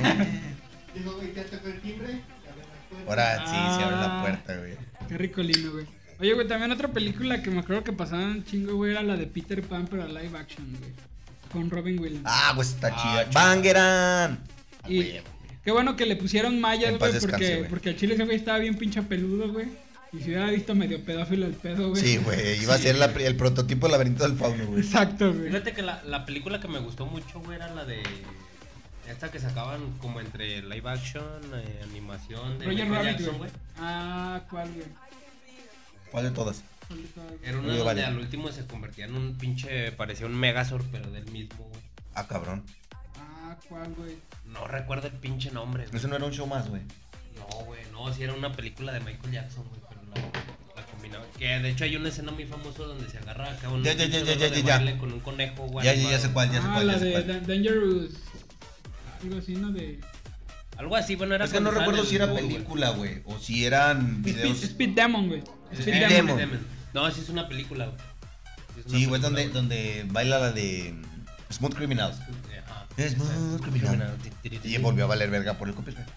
Digo, güey, ya tocó el timbre. ya abrió la puerta.
Ahora sí, se abre la
Ah.
puerta, güey.
Qué rico lindo, güey. Oye, güey, también otra película que me acuerdo que pasaban un chingo, güey, era la de Peter Pan, pero live action, güey. Con Robin Williams.
Ah, güey, está
Ah,
chida.
chingada.
¡Bangeran! Ah,
Y-
güey.
Qué bueno que le pusieron mayas,
En paz
güey,
descanse,
porque,
güey.
porque al chile ese güey estaba bien pinche peludo, güey. Y si hubiera visto medio pedófilo el pedo, güey.
Sí, güey, iba a ser la pri- el prototipo del laberinto del fauno, güey.
Exacto, güey.
Fíjate que la, la película que me gustó mucho, güey, era la de. Esta que sacaban como entre live action, eh, animación. De
Roger
Michael
Rabbit,
Jackson,
güey. Ah, ¿cuál, güey?
¿Cuál de todas?
¿Cuál de todas, güey?
Era una
Oye,
donde
vale.
al último se convertía en un pinche. Parecía un Megazord, pero del mismo, güey.
Ah, cabrón.
Ah, ¿cuál, güey?
No recuerdo el pinche nombre, güey.
Ese no era un show más, güey.
No, güey, no, sí era una película de Michael Jackson, güey, pero la, la combinaba. Que de hecho hay una escena muy famosa donde se agarra acá un
Ya, ya, ya, ya, ya, ya, ya.
con un conejo, güey.
Ya, ya, ya
animado.
sé cuál, ya sé
Ah,
cuál,
la
ya sé
de
cuál.
Dan- Dangerous. Algo así, ¿no? De...
Algo así, bueno, era
Es que no
cuando
recuerdo
sale
si era
el Google,
película, güey, o si eran
Speed,
videos.
Speed Demon, güey.
güey.
Speed
Eh,
Speed
Demon.
Demon.
No, sí es una película, güey. es una
Sí, güey,
película,
donde, donde baila la de mm, Smooth Criminals.
Ajá.
Es muy
Esa,
criminal.
Tiri, tiri,
Y volvió a valer verga por el copyright.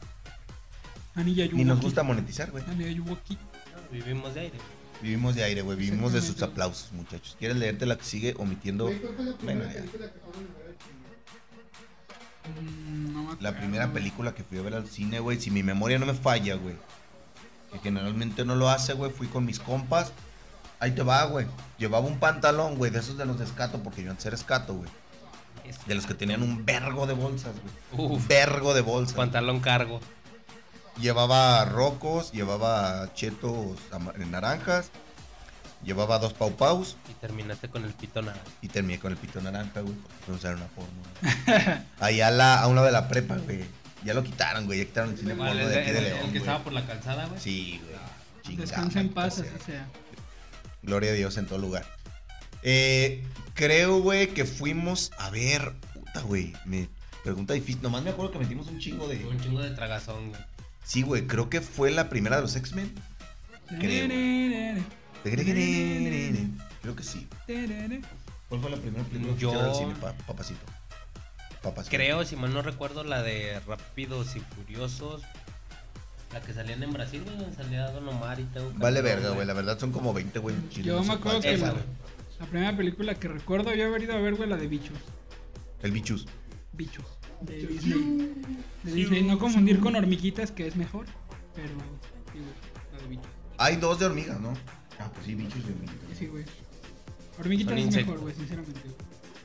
Anilla
Ni nos gusta monetizar, güey.
Anilla Yuwoki.
tiri. Ah, Vivimos de aire.
Vivimos de aire, güey, vivimos de sus
Exactamente.
aplausos, muchachos. ¿Quieres leerte la que sigue omitiendo
Güey, ¿cuál fue la primera
Bueno, ya.
película que vamos a ver al cine?
Mm, no me
la
acuerdo,
primera
güey.
película que fui a ver al cine, güey? Si mi memoria no me falla, güey. Que generalmente no lo hace, güey. Fui con mis compas. Ahí te va, güey. Llevaba un pantalón, güey, de esos de los de escato, porque yo antes era escato, güey. De los que tenían un vergo de bolsas, güey. Un
Uf,
vergo de bolsas.
pantalón cargo.
Llevaba rocos, llevaba chetos ama- eh, naranjas, llevaba dos pau paus
Y terminaste con el pito nada.
y terminé con el pito naranja, güey. porque fue a usar una porno. güey. Allá a, la, a un lado de la prepa, güey. Ya lo quitaron, güey. Ya quitaron el cine
El,
porno
el-
de aquí de
el- el
León.
que
güey.
estaba por la calzada, güey.
Sí, güey. Chingada,
Descansa
maldita
en paz,
sea.
así sea.
Gloria a Dios en todo lugar. Eh, creo, güey, que fuimos a ver. Puta, güey. Me pregunta difícil. Nomás me acuerdo que metimos un chingo de.
Un chingo de tragazón, güey.
Sí, güey. Creo que fue la primera de los X-Men. Creo que sí. Mm. ¿Cuál fue la primera película que
Yo-
fuiste a ver al cine, pa- papacito? Papacito.
Creo, si mal no recuerdo, la de Rápidos y Furiosos. La que salían en Brasil, güey, donde salía Don Omar y todo.
Vale verga, güey. La verdad son como 20, güey. en Chile,
Yo
no sé
me acuerdo
cuántas.
que
Esa,
la,
güey.
la primera película que recuerdo yo haber ido a ver, güey, la de Bichos.
El bichus.
Bichos. De Disney. De Disney. No confundir con Hormiguitas, que es mejor. Pero, sí, güey. La de Bichos.
Hay dos de hormigas, ¿no? Ah, pues sí, bichos de hormigas.
Sí, güey. Hormiguitas
Son
es
insectos.
mejor, güey, sinceramente. güey.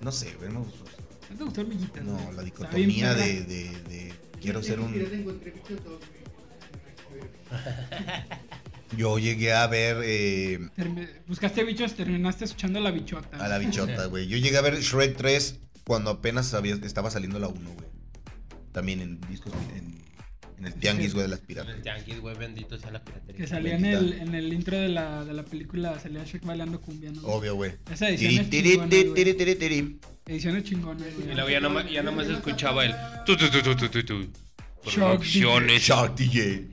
No sé, güey, no me gustó.
¿No te gustó Hormiguitas?
No,
güey?
la
Está bien
dicotomía
perra.
de, de, de quiero
Yo
ser
ni siquiera
un...
encontré bichos dos, güey.
Yo llegué a ver eh,
Termi- Buscaste bichos, terminaste escuchando la bichota.
a la bichota, güey. Yo llegué a ver Shrek 3 cuando apenas había- estaba saliendo la 1, güey. También en discos, en, en el tianguis, güey, de las piratas.
El Yankees, güey, bendito sea la
Que
piratería.
salía en el, en el intro de la, de la película, salía Shrek bailando cumbia, ¿no?
Obvio, güey.
Esa edición
Tiri,
es
tiri,
chingona,
tiri,
güey.
tiri, tiri, tiri.
Ediciones chingonas,
Y
güey.
luego ya nomás, ya nomás escuchaba el. Tu, tu, tu, tu, tu, tu, tu.
Shock
Eh,
Producciones.
Shark DJ.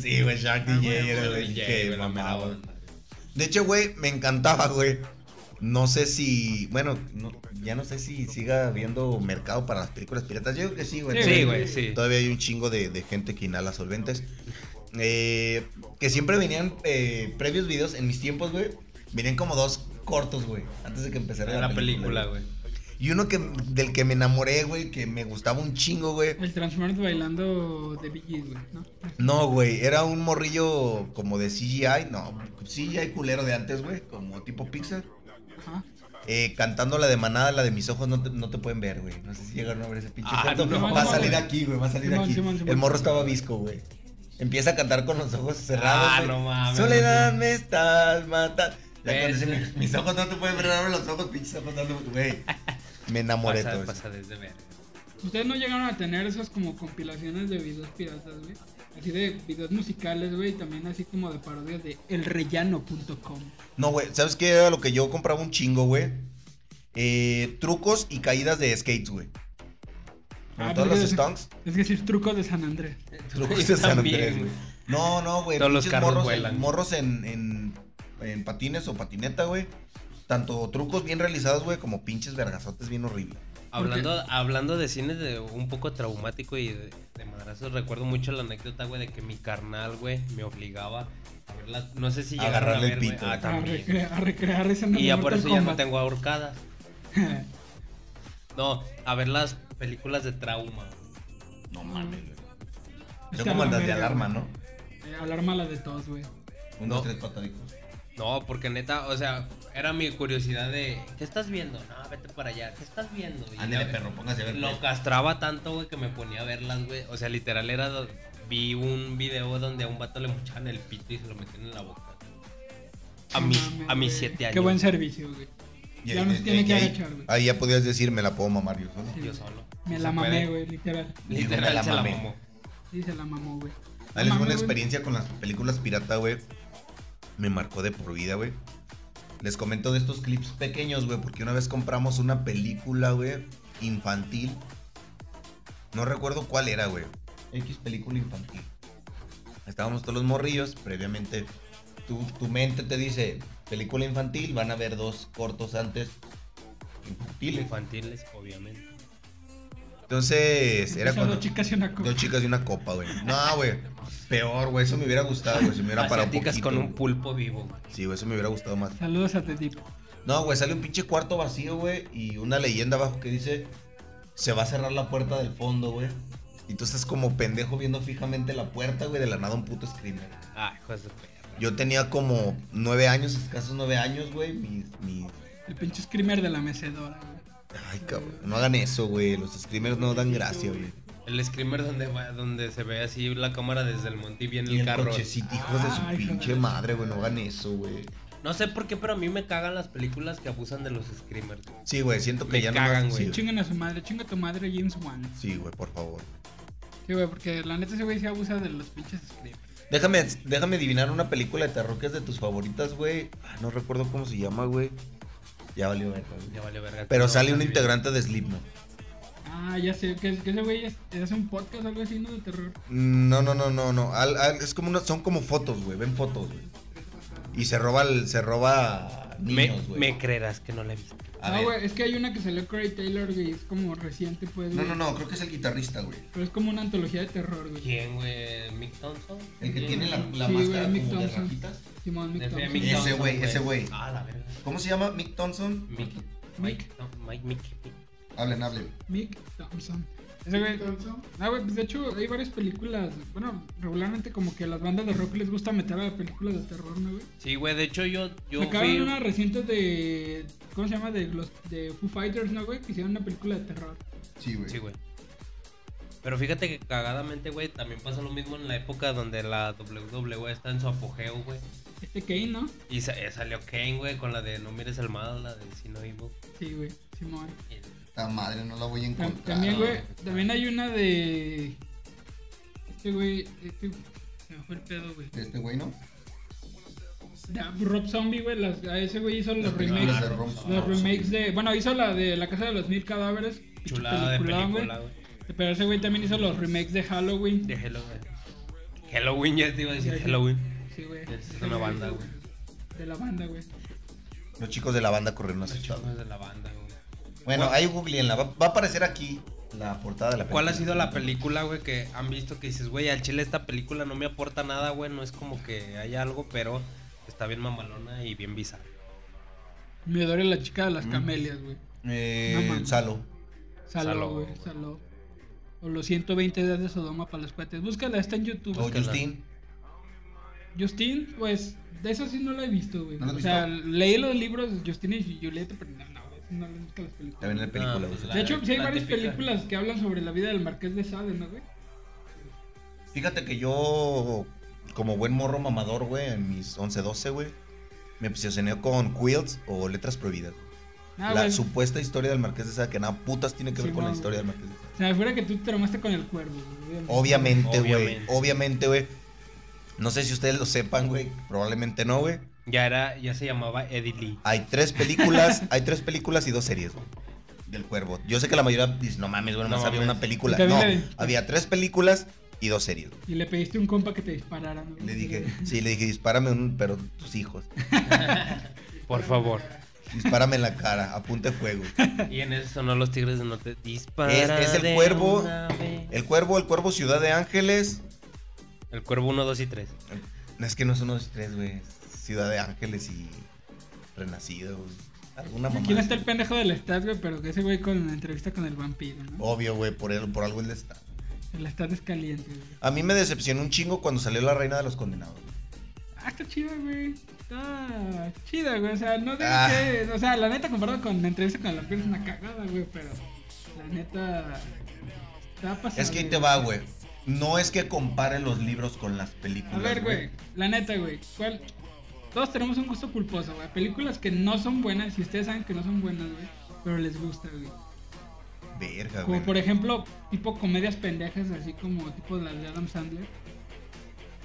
Sí, güey, Shark DJ era el
DJ,
que
güey, la mera
mamaba.
onda.
De hecho, güey, me encantaba, güey. No sé si. Bueno, no- ya no sé si siga habiendo mercado para las películas piratas. Yo creo que sí, güey.
Sí, güey, sí.
Todavía hay un chingo de, de gente que inhala solventes. Eh, que siempre venían eh, previos videos en mis tiempos, güey. Venían como dos cortos, güey. Antes de que empezara
Era la película, güey.
Y uno que, del que me enamoré, güey, que me gustaba un chingo, güey.
El Transformers bailando de Biggie, güey, ¿no?
No, güey, era un morrillo como de CGI, no, CGI culero de antes, güey, como tipo Pixar.
Ajá.
Eh, cantando la de manada, la de mis ojos no te, no te pueden ver, güey. No sé si llegaron a ver ese pinche
Ah,
canto.
no.
Va a salir aquí, güey, va a salir
Simón,
aquí.
Simón, Simón.
El morro estaba visco, güey. Empieza a cantar con los ojos cerrados.
Ah,
güey.
no mames.
Soledad me estás matando. Ya cuando
Ves.
dice, "Mis- mis ojos no te pueden ver, abre los ojos, pinches ojos, no te- güey. Me enamoré
Pasa,
todo eso.
pasa desde ver.
Ustedes no llegaron a tener esas como compilaciones de videos piratas, güey. Así de videos musicales, güey, y también así como de parodias de elrellano.com.
No, güey, ¿sabes qué era lo que yo compraba un chingo, güey? Eh, trucos y caídas de skates, güey. Como
Ah,
todos
pues,
los
es-
stunts.
Es decir, trucos de San Andrés.
Trucos de San
También,
Andrés,
güey.
güey. No, no, güey.
Todos los
pinches
carros
morros,
vuelan.
Morros en, en, en patines o patineta, güey. Tanto trucos bien realizados, güey, como pinches vergazotes bien horribles.
Hablando, hablando de cine de un poco traumático y de, de madrazos, recuerdo mucho la anécdota, güey, de que mi carnal, güey, me obligaba a ver las... No sé si
A
llegaron a
agarrarle
ver,
el
güey.
pito.
Ah,
A
A,
también.
recre- a recrear esa
Y ya por
Mortal
eso ya no
Kombat.
tengo ahorcadas. No, a ver las películas de trauma.
No mames, güey.
Es
Yo
que
como
a la
andas de
verga,
alarma,
güey.
¿no?
Eh, alarma la de todos, güey.
Un,
No.
dos, tres patadicos.
No, porque neta, o sea, era mi curiosidad de, ¿qué estás viendo? No, vete para allá, ¿qué estás viendo? Y
Ándale,
ya-
perro, póngase a ver.
Lo
pues.
castraba tanto, güey, que me ponía a verlas, güey. O sea, literal era. do- Vi un video donde a un vato le mochaban el pito y se lo metían en la boca. A, mis,
No mames,
a mis
güey.
siete años.
Qué buen servicio, güey.
Y
Ya
ahí-
nos
ahí-
tiene que
ahí-
agachar, güey.
Ahí ya podías decir, me la puedo mamar yo solo.
Sí,
Yo
güey.
solo.
Me
No
la
se
mamé,
puede.
güey, literal.
Digo,
Literal
me la
se la
mamé.
mamó.
Sí, se la mamó, güey.
Ahí les
Mames,
voy una
güey.
experiencia con las películas pirata, güey. Me marcó de por vida, güey. Les comento de estos clips pequeños, güey, porque una vez compramos una película, güey, infantil. No recuerdo cuál era, güey. X película infantil. Estábamos todos los morrillos, previamente tu, tu mente te dice, película infantil, van a ver dos cortos antes infantiles.
Infantiles, obviamente.
Entonces, era
Esas
cuando...
dos chicas y una copa.
Dos chicas y una copa, güey. No, güey. Peor, güey. Eso me hubiera gustado, güey. Si me hubiera parado un
Asiáticas
poquito,
con un
güey.
pulpo vivo, güey.
Sí, güey. Eso me hubiera gustado más.
Saludos a Tedip.
No, güey. Sale un pinche cuarto vacío, güey. Y una leyenda abajo que dice... Se va a cerrar la puerta del fondo, güey. Y tú estás como pendejo viendo fijamente la puerta, güey. De la nada un puto screamer.
Ah, hijos de perra.
Yo tenía como nueve años, escasos nueve años, güey. Mis, mis...
El pinche screamer de la mecedora, güey.
Ay, cabrón. No hagan eso, güey. Los screamers no dan gracia, güey.
El screamer donde, va- donde se ve así la cámara desde el monte y viene
Y
el,
el
carro.
cochecito, hijos de
Ay,
su
hijo de
pinche
la-
madre, güey. No hagan eso, güey.
No sé por qué, pero a mí me cagan las películas que abusan de los screamers. güey.
Sí, güey, siento que
Me
ya
cagan,
no.
güey.
Sí,
Chingan a su madre, chinga a tu madre, James Wan.
Sí, güey, por favor.
Sí, güey, porque la neta ese güey se abusa de los pinches screamers.
Déjame, déjame adivinar una película de terror que es de tus favoritas, güey. Ah, No recuerdo cómo se llama, güey. Ya valió verga, güey.
Ya vale verga.
Pero
No,
sale
no,
un
no,
integrante de Slipknot.
Ah, ya sé, que, que ese güey es- hace un podcast o algo así, ¿no? De terror.
Mm, No, no, no, no, no. Al- al- es como una, son como fotos, güey. Ven fotos, güey. Y se roba, el- se roba
Me,
niños, güey.
me creerás que no la he visto.
A
no,
ver.
Ah, güey, es que hay una que salió Craig Taylor, güey, es como reciente, pues,
No,
güey.
no, no. Creo que es el guitarrista, güey.
Pero es como una antología de terror, güey.
¿Quién, güey? ¿Mick Thompson?
El que
¿Quién?
tiene la, la
Sí, güey,
máscara
Mick
como de
Thompson.
rajitas.
Simón Mick
De fe-
Thompson.
Mick
Ese
Thompson,
güey, ese güey.
Ah, la verga.
¿Cómo se llama? Mick Thompson.
Mick.
Mick.
Mick. No, Mike, Mick. Mick.
Hablen, hablen.
Mick Thompson. Ese güey.
Thompson,
Ah, güey, pues de hecho hay varias películas. Bueno, regularmente como que a las bandas de rock les gusta meter a películas de terror, ¿no, güey?
Sí, güey, de hecho yo, yo
Sacaron
fui...
una reciente de. ¿Cómo se llama? De los de Foo Fighters, ¿no, güey? Que hicieron una película de terror.
Sí, güey.
Sí, güey. Pero fíjate que cagadamente, güey, también pasa lo mismo en la época donde la WWE está en su apogeo, güey.
Este Kane, ¿no?
Y sa- eh, salió Kane, güey, con la de No mires el mal, la de Si no Evil.
Sí, güey. Simón.
Esta madre no la voy a
Tam-
encontrar.
También, güey. También hay una de. Este güey. Este. Se me fue el pedo, güey.
Este güey, ¿no?
Da- Rob Zombie, güey. las- a ese güey hizo los
Las películas
remakes.
de Rob
Los
Zombie.
remakes de. Bueno, hizo la de La Casa de los Mil Cadáveres. pinche
Chulada de
peliculón,
película, güey.
Pero ese güey también hizo los remakes de Halloween.
De Halloween. Halloween, ya te iba a decir Halloween.
Sí, güey.
Es una banda, güey.
De la banda, güey.
Los chicos de la banda corrieron
Los
asustados.
chicos de la banda, güey.
Bueno, ahí googleenla. Va, va a aparecer aquí la portada de la
¿Cuál ha sido la película, güey, que han visto que dices, güey, al chile esta película no me aporta nada, güey, no es como que hay algo, pero está bien mamalona y bien bizarra?
Me adoré la chica de las camelias, güey.
Eh,
No mames.
Salo.
Saló,
Saló,
güey,
güey.
saló. O los 120 días de Sodoma para los cuates. Búscala, está en YouTube.
O
Búscala.
Justin.
Justin, pues, de eso sí no la he visto, güey.
¿No la has
o sea,
visto?
leí los libros de Justin y Julieta, pero no, no, güey, no les gustan las películas.
También la película. güey.
Ah, la-
De hecho, sí hay
la
varias
típica.
películas que hablan sobre la vida del Marqués de Sade, ¿no, güey?
Fíjate que yo, como buen morro mamador, güey, en mis 11, 12, güey, me obsesioné con Quilts o Letras Prohibidas.
Ah,
la
güey,
supuesta historia del Marqués de Sade, que nada putas tiene que ver
Sí,
con la
no,
historia del Marqués de Sade.
Se me fuera que tú te tramaste con el cuervo, güey.
Obviamente, güey.
Obviamente.
Obviamente, güey. No sé si ustedes lo sepan, güey. Probablemente no, güey.
Ya era, ya se llamaba Eddie Lee.
Hay tres películas, hay tres películas y dos series, güey, Del cuervo. Yo sé que la mayoría dice, no mames, güey, nomás
No
había
mames.
una película.
Yo
No,
también la vi.
había tres películas y dos series. güey.
Y le pediste a un compa que te disparara, ¿no? güey?
Le dije, sí, le dije, dispárame un, pero tus hijos.
Por favor.
Dispárame en la cara, apunte fuego.
Y en eso sonó los Tigres de Norte. Dispara.
Es- es el
de
cuervo.
una vez.
El cuervo, el cuervo Ciudad de Ángeles.
El cuervo 1, 2 y 3.
No, Es que no son los tres, güey. Ciudad de Ángeles y Renacido, güey. Alguna mamá.
Aquí no está el pendejo del Stat, güey, pero que ese güey con la entrevista con el vampiro, ¿no?
Obvio, güey, por, él- por algo él está.
El Stat es caliente, güey.
A mí me decepcionó un chingo cuando salió La Reina de los Condenados. güey.
Ah, está chido, güey. Está chida, güey. O sea, no digo
Ah.
que. O sea, la neta, comparado con la entrevista con el vampiro, es una cagada, güey, pero. La neta. Está pasando.
Es que ahí te va, güey. No es que comparen los libros con las películas.
A ver, güey, la neta, güey, ¿cuál? Todos tenemos un gusto culposo, güey. Películas que no son buenas, y ustedes saben que no son buenas, güey, pero les gusta, güey.
Ah, Verga,
Como
güey.
por ejemplo, tipo comedias pendejas, así como tipo las de Adam Sandler.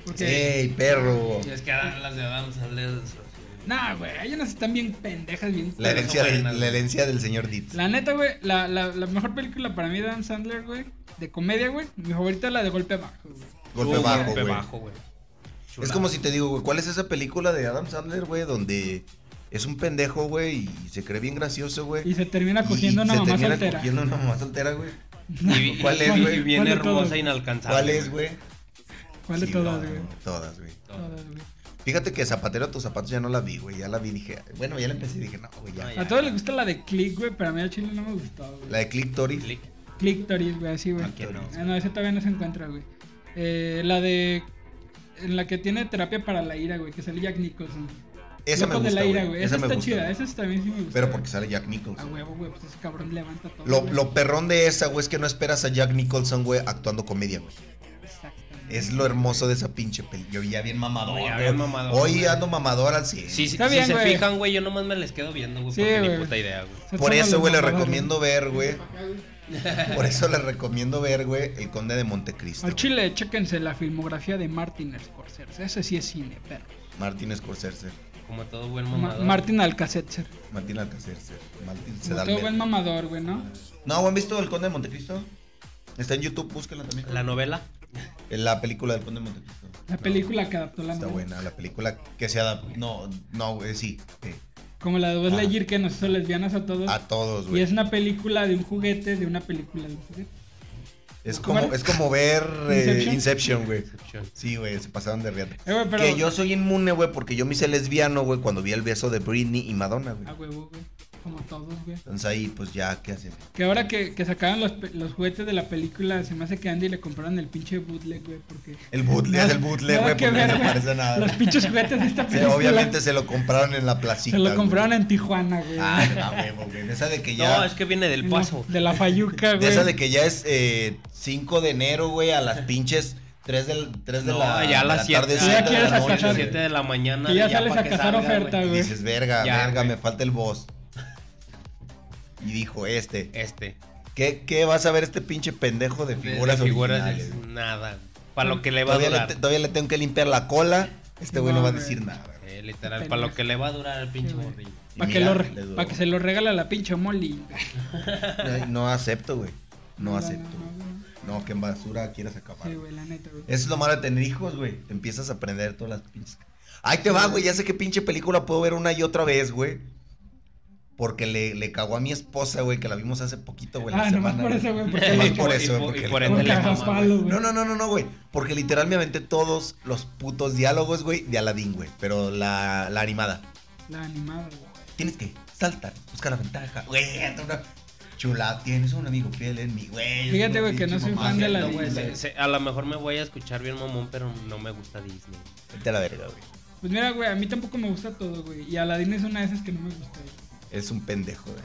Porque,
¡Ey, perro!
Es que ahora las de Adam Sandler.
nah, güey, hay unas que están bien pendejas, bien.
La
Pero
herencia,
son
del-
buenas,
la
güey.
herencia del señor Ditz.
La neta, güey, la, la, la mejor película para mí de Adam Sandler, güey, de comedia, güey, mi favorita es la de Golpe Abajo, güey.
Golpe
Uh,
bajo,
golpe
güey.
bajo, güey.
Es
Chulada.
como si te digo, güey, ¿cuál es esa película de Adam Sandler, güey? Donde es un pendejo, güey, y se cree bien gracioso, güey.
Y se termina
y
cogiendo una
se
mamá
termina
soltera.
cogiendo una mamá soltera, güey.
Y,
¿Cuál
¿Cuál
es,
es,
güey?
Y bien
¿Cuál de todas?
hermosa, inalcanzable.
¿Cuál es, güey?
¿Cuál de
Sí,
todas,
no,
güey?
no, todas, güey.
Todas, güey.
Fíjate que Zapatero a tus zapatos ya no la vi, güey. Ya la vi, dije, bueno, ya la empecé y dije, no, güey, ya.
Ay,
A todos les gusta la de Click, güey, pero a mí al chile no me gustó, güey.
La de Click Tori.
Click.
Click Toris, güey, así, güey.
¿A quién no?
Ah, no, esa todavía no se encuentra, güey. Eh, la de... En la que tiene terapia para la ira, güey, que sale Jack Nicholson.
Esa me
Locos
gusta,
de la ira,
güey.
güey. Esa,
me
está
gusta,
chida,
güey.
esa también sí me gusta.
Pero porque sale Jack
A
Nicholson.
huevo, güey, pues ese cabrón levanta todo.
Lo,
güey.
lo perrón de esa, güey, es que no esperas a Jack Nicholson, güey, actuando comedia, güey.
Exactamente.
Es lo hermoso de esa pinche peli. Yo ya bien mamador.
Ya
güey.
bien mamador,
Hoy
güey.
ando mamador al 100.
Sí, sí,
Está
si
bien,
se
güey.
fijan, güey, yo nomás me les quedo viendo, güey,
Sí,
porque
güey.
ni puta idea, güey.
O sea,
Por
somos
eso,
los
güey, le
mamadores,
recomiendo ver, güey.
Apagado.
Por eso le recomiendo ver, güey, El Conde de Montecristo.
Al
güey.
chile, chéquense la filmografía de Martin Scorsese. Ese sí es cine, perro.
Martín Scorsese.
Como todo buen
Ma-
mamador.
Martin Alcacetzer.
Martín Alcacercer. Martín
Como todo buen
Sedalmer.
mamador, güey, ¿no?
No, ¿han visto El Conde de Montecristo? Está en YouTube, búsquenla también.
La novela.
La película del Conde de Montecristo.
La película que adaptó la
Está
novela.
buena, la película que se adapta. No, no, güey, sí. eh, sí.
Como la de Buzz
Ah.
Lightyear que nos hizo lesbianas a todos.
A todos,
y
güey.
es
Es,
una película de un juguete, de una película de un juguete.
como,
¿Cómo
es como ver eh,
Inception.
Inception, güey.
Excepción.
Sí, güey, se pasaron de riata.
Eh, güey, pero...
Que yo soy inmune, güey, porque yo me hice lesbiano, güey, cuando vi el beso de Britney y Madonna, güey.
A huevo, güey. Como todos, güey.
Entonces ahí, pues ya, ¿qué haces?
Que ahora que, que sacaron los, pe- los juguetes de la película, se me hace que Andy le compraron el pinche bootleg, güey, porque...
El bootleg,
Nada-
el bootleg,
nada
güey,
que
porque
ver,
no se
güey.
parece a
Los
nada.
pinches juguetes de esta
Sí,
película.
obviamente se lo compraron en la placita.
Se lo
güey.
compraron en Tijuana, güey.
Ah, a huevo, güey. De Esa de que ya.
No, es que viene del
En la-
paso.
De la Fayuca, güey.
De esa de que ya es eh, 5 de enero, güey, a las pinches 3 de, tres de
No,
la,
ya a
de la
las 7
tarde,
ya
siete
quieres
de la
alcanzar.
noche.
7 de la mañana.
Que ya
pa'
sales a
que
cazar
salga,
oferta,
Y
güey.
güey.
dices, verga,
Ya,
verga,
güey.
me falta el boss. Y dijo este,
Este.
¿qué, ¿qué vas a ver este pinche pendejo de
de- de
figuras
figuras
originales?
es nada. Para lo que le va a
Todavía le,
durar.
te- todavía le tengo que limpiar la cola. Este güey no,
No,
va a
güey.
decir nada.
Eh, literal, para lo que le va a durar el pinche
Sí, güey.
morrillo.
Para
Y
que,
mira,
lo
le
re-
duró.
pa' que se lo regala la pinche Molly.
Ay, No acepto, güey. No acepto.
no,
No, que en basura quieras acabar.
Sí, güey, la neta, güey.
Eso es lo malo de tener hijos, güey. Te empiezas a aprender todas las pinches. Ahí te va, güey. Ya sé qué pinche película puedo ver una y otra vez, güey. Porque le, le cagó a mi esposa, güey, que la vimos hace poquito, güey. la
Ah, nomás
semana,
por eso, güey, porque-
Nomás
Y
por
por-
eso,
y
güey,
por-
porque
y por
le
ende
cagó.
Con
la mamá,
cagaspalo, güey.
No, no, no, no, no, güey. Porque literal me aventé todos los putos diálogos, güey, de Aladdin, güey. Pero la, la animada.
La animada, güey.
Tienes que, saltan, busca la ventaja. Güey, anda una chulada. Tienes un amigo fiel en mi güey.
Fíjate,
una
güey, que
pinche
no soy
mamá,
fan de la
no,
Disney.
güey,
Se- se- a lo mejor me voy a escuchar bien mamón, pero no me gusta Disney.
Vete a la verga, güey.
Pues mira, güey, a mí tampoco me gusta todo, güey. Y Aladdin es una de esas que no me gusta. güey.
Es un pendejo, güey.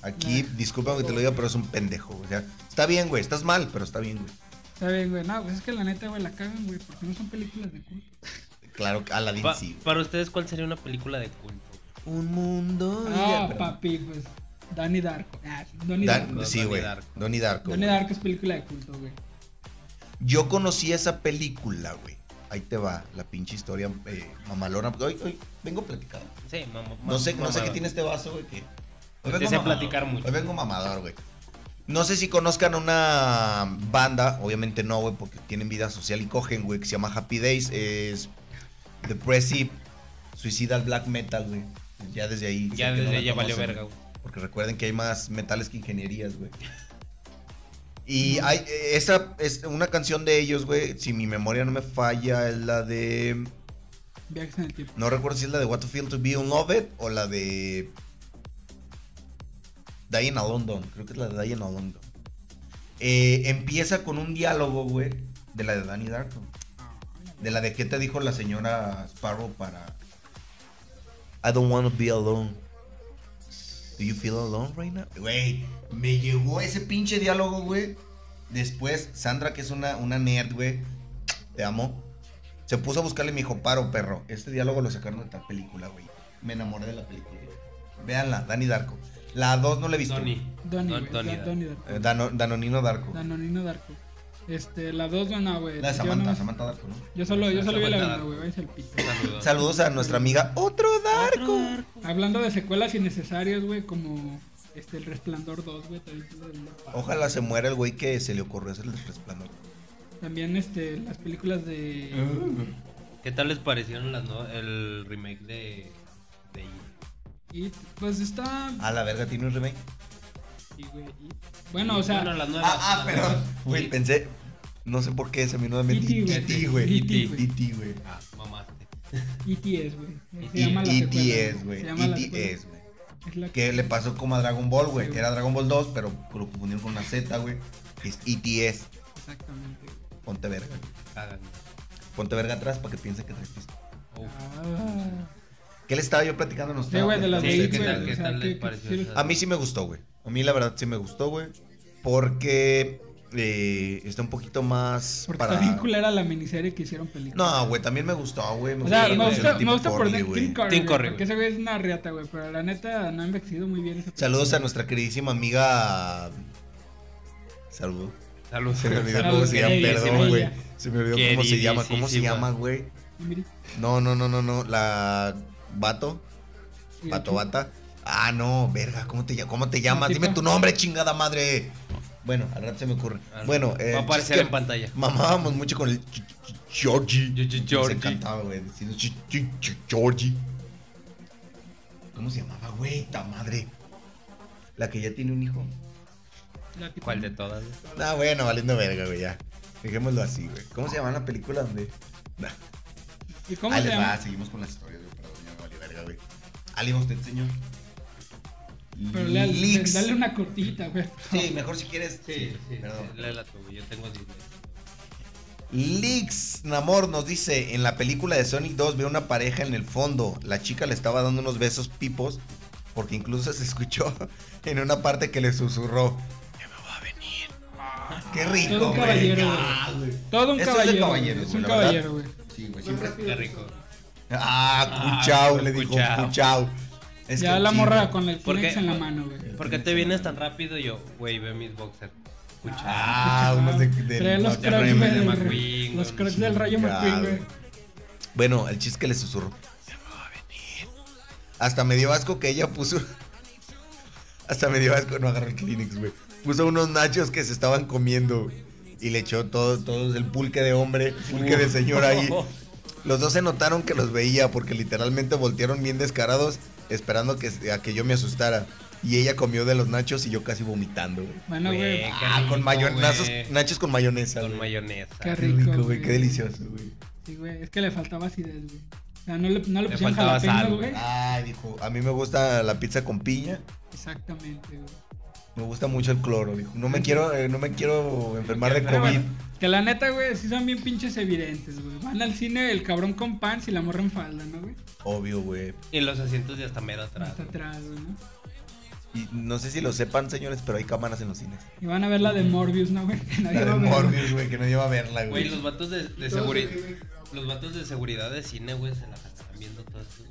Aquí, disculpa que te lo diga, pero es un pendejo. O sea, está bien, güey. Estás mal, pero está bien, güey.
Está bien, güey. No, pues es que la neta, güey, la cagan, güey, porque no son películas de culto.
Claro, que Aladdin
Pa-
sí.
para ustedes, ¿cuál sería una película de culto?
Un mundo.
Ah,
ya, perdón.
papi, pues. Danny Darko. Ah, Donnie
Dan-
Darko.
sí,
Donnie
güey.
Darko.
Donnie Darko.
Donnie
güey.
Darko es película de culto, güey.
Yo conocí esa película, güey. Ahí te va la pinche historia eh, mamalona. Hoy, hoy vengo platicado.
Sí, mamón.
No sé, no sé qué tiene este vaso, güey. Que... Hoy
Empecé a platicar mucho.
Hoy vengo mamador, güey. No sé si conozcan una banda, obviamente no, güey, porque tienen vida social y cogen, güey, que se llama Happy Days. Es Depressive, Suicidal Black Metal, güey. Ya desde ahí. sé
Ya
que no
desde
la
ella valió
conocen,
verga,
güey.
güey.
Porque recuerden que hay más metales que ingenierías, güey. Y hay eh, esa es una canción de ellos, güey, si mi memoria no me falla, es la de
Viajes en el tiempo.
no recuerdo si es la de What to Feel to Be in Love It o la de Dying a London, creo que es la de Dying a London. Eh, empieza con un diálogo, güey, de la de Danny Darko. De la de qué te dijo la señora Sparrow para I don't want to be alone. Do you feel alone right now? Güey, me llegó ese pinche diálogo, güey. Después, Sandra, que es una, una nerd, güey. Te amo. Se puso a buscarle y me dijo, paro, perro. Este diálogo lo sacaron de tal película, güey. Me enamoré de la película. Véanla, Danny Darko. La 2 no la he visto.
Tony.
Donnie,
Don- Donnie
güey. Da-
Darko.
Donnie Darko.
Eh, Dano- Danonino Darko.
Danonino Darko. Este, la dos, güey, no, güey.
La de
Yo
Samantha,
no-
Samantha Darko, ¿no?
Yo solo, yo solo vi la
Samantha
una, güey. Váyanse al pito.
Saludos.
Saludos a nuestra amiga Otro Darko.
Hablando de secuelas innecesarias, güey, como este, El Resplandor 2, güey. También, es del-
Ojalá se muera el güey que se le ocurrió hacer el resplandor.
también este, las películas de.
Ah.
¿Qué tal les parecieron las no- el remake de, de It?
It, pues está.
A la verga, tiene un remake.
sí, güey, It. Bueno, o sea.
las nuevas,
Ah, ah,
las
perdón.
nuevas.
Güey,
It.
pensé. No sé por qué se me vino a la mente.
E.T., E güey.
E.T., güey.
E.T., güey.
E.T., güey.
Ah, mamaste.
E.T. es, E güey.
E
Se
E.T.
llama la secuela,
E.T. es, güey. E
Se llama la
E.T.
secuela.
es, güey.
Es la
Que
que-
le pasó como a Dragon Ball, güey.
Sí,
Que
güey.
era Dragon Ball 2, pero lo confundieron con una Z, güey. Que es ETS.
Exactamente. güey.
Ponte verga.
Cagan.
Ponte verga atrás para que piensen que traes pisto.
Uf.
Ah.
¿Qué le estaba yo platicando a
Sí,
nosotros?
güey, de las
Sí,
de
¿qué
It, güey.
tal-
o
qué
sea,
tal
que-
les
que-
pareció esa?
A mí sí me gustó, güey. A mí la verdad sí me gustó, güey. Porque eh, está un poquito más
Porque
para...
está bien culera la miniserie que hicieron película.
No, güey, también me gustó, güey.
O sea,
Sí,
me
güey,
gusta,
el
me gusta por
Corley,
Tim
güey.
Curry,
Tim
güey,
Curry,
porque
güey.
ese güey es una riata, güey, pero la neta no ha envejecido muy bien esa
Saludos a nuestra queridísima amiga... Saludos.
Saludos.
Se me olvidó
Saludos,
cómo se llama,
queridísima
perdón, güey.
ella.
Se me olvidó cómo se llama, cómo se
Queridísima.
llama, güey.
Y mire,
No, no, no, no, no. La... Vato.
y el
Vato
chu-
Bata. Ah, no, verga, ¿cómo te, ll- cómo te llamas? Dime
tipa.
tu nombre, chingada madre. Bueno, al rato se me ocurre.
Ah,
Bueno, eh,
va a aparecer
es que
en pantalla.
Mamábamos mucho con el Ch- Ch- Georgie.
Yo- yo-
Nos
Georgie.
encantaba, güey. decirnos Ch- Ch- Ch- Georgie. ¿Cómo se llamaba, güey? Ta madre. La que ya tiene un hijo.
la tipa-
¿Cuál de todas? güey?
Ah, bueno, valiendo verga, güey, ya. Dejémoslo así, güey. ¿Cómo se llama la película donde.? Nah.
¿Y cómo
Ahí
se
les va,
llama?
seguimos con las historias, güey. Perdón, ya me valió verga, güey. Ali, usted, señor.
Pero le-
Leaks.
dale una cortita, güey.
Sí, mejor si quieres.
Sí, sí,
Perdón.
sí, léela tú, güey, yo tengo Disney.
Lix Namor nos dice, en la película de Sonic 2 ve una pareja en el fondo. La chica le estaba dando unos besos pipos porque incluso se escuchó en una parte que le susurró. Ya me va a venir. Qué rico.
Todo un
güey.
caballero, güey.
Ah, güey.
Todo un
Eso es de
caballero.
caballeros,
güey, es
güey, la
un
verdad.
caballero, güey.
Sí, güey,
Más
siempre-
rápido.
Qué rico.
Ah,
Ah,
cuchao,
güey,
le dijo
cuchao.
cuchao. Es
Ya
que
la
sí,
morra
güey.
con el
¿Por
Kleenex
qué?
en la mano, güey.
¿Por qué te vienes tan rápido? Y Yo, güey, ve mis boxers.
Ah, unos de, de-
Trae los
de
crocs,
Remy,
güey,
de
del-
Macri.
McQueen,
Los
güey.
crocs del Rayo
Ya,
McQueen,
güey.
güey.
Bueno, el chiste es que le susurró. "Ya me va a venir". Hasta me dio asco que ella puso. Hasta me dio asco. No agarró el Kleenex, güey. Puso unos nachos que se estaban comiendo. güey, Y le echó todo, todo el pulque de hombre, pulque de señor ahí. Los dos se notaron que los veía porque literalmente voltearon bien descarados esperando que, a que yo me asustara. Y ella comió de los nachos y yo casi vomitando, güey.
Bueno,
Güey,
güey.
qué
Ah, con
rico,
mayonazos,
güey.
nachos con mayonesa.
Con
güey.
mayonesa.
Qué
Qué rico,
rico,
güey, qué
güey.
delicioso, güey.
Sí, güey. Es que le faltaba acidez, güey. O sea, no le, no le
Le
pusieron
faltaba
jalapeños,
sal,
güey.
Ay, dijo, a mí me gusta la pizza con piña.
Exactamente, güey.
Me gusta mucho el cloro, dijo. No me quiero, eh, no me quiero enfermar de
Pero
COVID.
bueno, que la neta, güey, sí son bien pinches evidentes, güey. Van al cine el cabrón con pants y la morra en falda, ¿no, güey?
Obvio, güey.
Y los asientos ya están medio atrás.
Hasta
güey.
atrás, güey, ¿no?
Y no sé si lo sepan, señores, pero hay cámaras en los cines.
Y van a ver la de Morbius, ¿no, güey? Que nadie
La de
va a ver, güey.
Morbius, güey, que no lleva a verla,
Güey,
güey.
los vatos de,
Y
de
todos
seguridad.
se ríen.
Los vatos de seguridad de cine, güey, se la están viendo todo esto.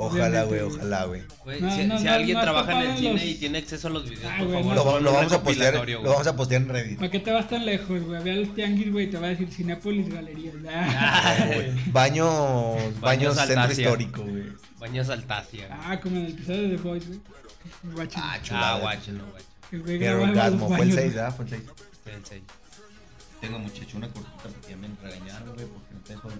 Ojalá, güey,
Obviamente, güey.
ojalá, güey.
Güey,
No,
si,
no,
si
no,
alguien
no has
trabaja en el
topado en
cine
los-
y tiene acceso a los videos,
Ah,
por
güey,
favor,
no.
Lo, va-
hagan
lo
un
vamos a postear,
recopilatorio,
lo
güey.
vamos a postear en Reddit.
¿Para qué te vas tan lejos, güey? Ve al tianguis, güey, te va a decir Cinépolis Galerías. Ah,
Ah, güey. Baño, baño
Baños
centro
Altacia.
histórico, güey.
Baños Altacia. güey.
Ah, como en el episodio de The Boys, güey. Guacho,
Ah,
Ah,
chulada.
guáchenlo, guáchenlo.
el güey
Qué
grababa los
orgasmo. Fue el
baños,
6, ¿verdad? Fue el 6.
Espérense.
Tengo muchacho una cortita porque ya me regañaron, güey, porque no tengo,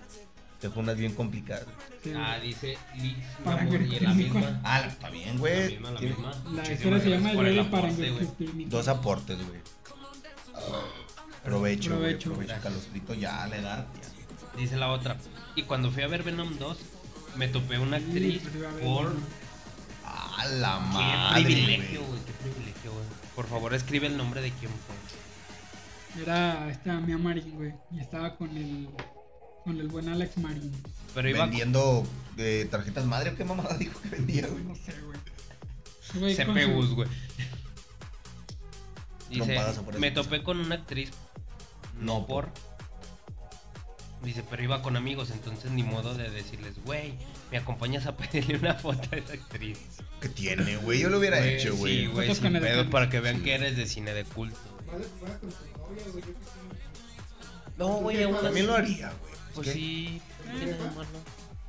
tengo unas bien complicadas.
güey. Sí, güey.
Ah, dice Liz,
Para
amor,
que-
y en la misma.
Ah, está bien,
La
güey.
misma, la
Tiene
misma.
La
Muchísimas
historia se
gracias
llama El
por
Rey del
aporte,
Parangón.
güey.
Dos aportes, güey. Provecho, güey.
Provecho.
Provecho, Caloscrito, ya, la edad. ya.
Dice la otra. Y cuando fui a ver Venom 2, me topé una actriz
Sí, pero iba a ver,
por...
güey.
Ah, la
Qué
madre,
privilegio,
güey.
güey. Qué privilegio, güey. Por favor, escribe el nombre de quién fue.
Era esta Mia Marín, güey. Y estaba con el. Con el buen Alex Marín.
Pero iba
Vendiendo eh, tarjetas madre, ¿qué mamada dijo que vendía, güey?
No sé, güey. Ese güey con su-
CPUs, güey. Dice,
Trompadas afuera de
me
su casa".
topé con una actriz. No por. Dice, pero iba con amigos, entonces ni modo de decirles, güey, me acompañas a pedirle una foto a esa actriz.
¿Qué tiene, güey? Yo lo hubiera
Güey,
hecho,
Pues Sí,
güey.
güey,
Fotos
sin
con el
pedo,
cambio.
para que vean que eres de cine de culto.
Vale, vaya con tu novia, güey, yo qué sé.
No, güey,
Sí,
aún
para mí
También
así.
lo haría, güey. Es
Pues
que
sí. no tiene nada de malo.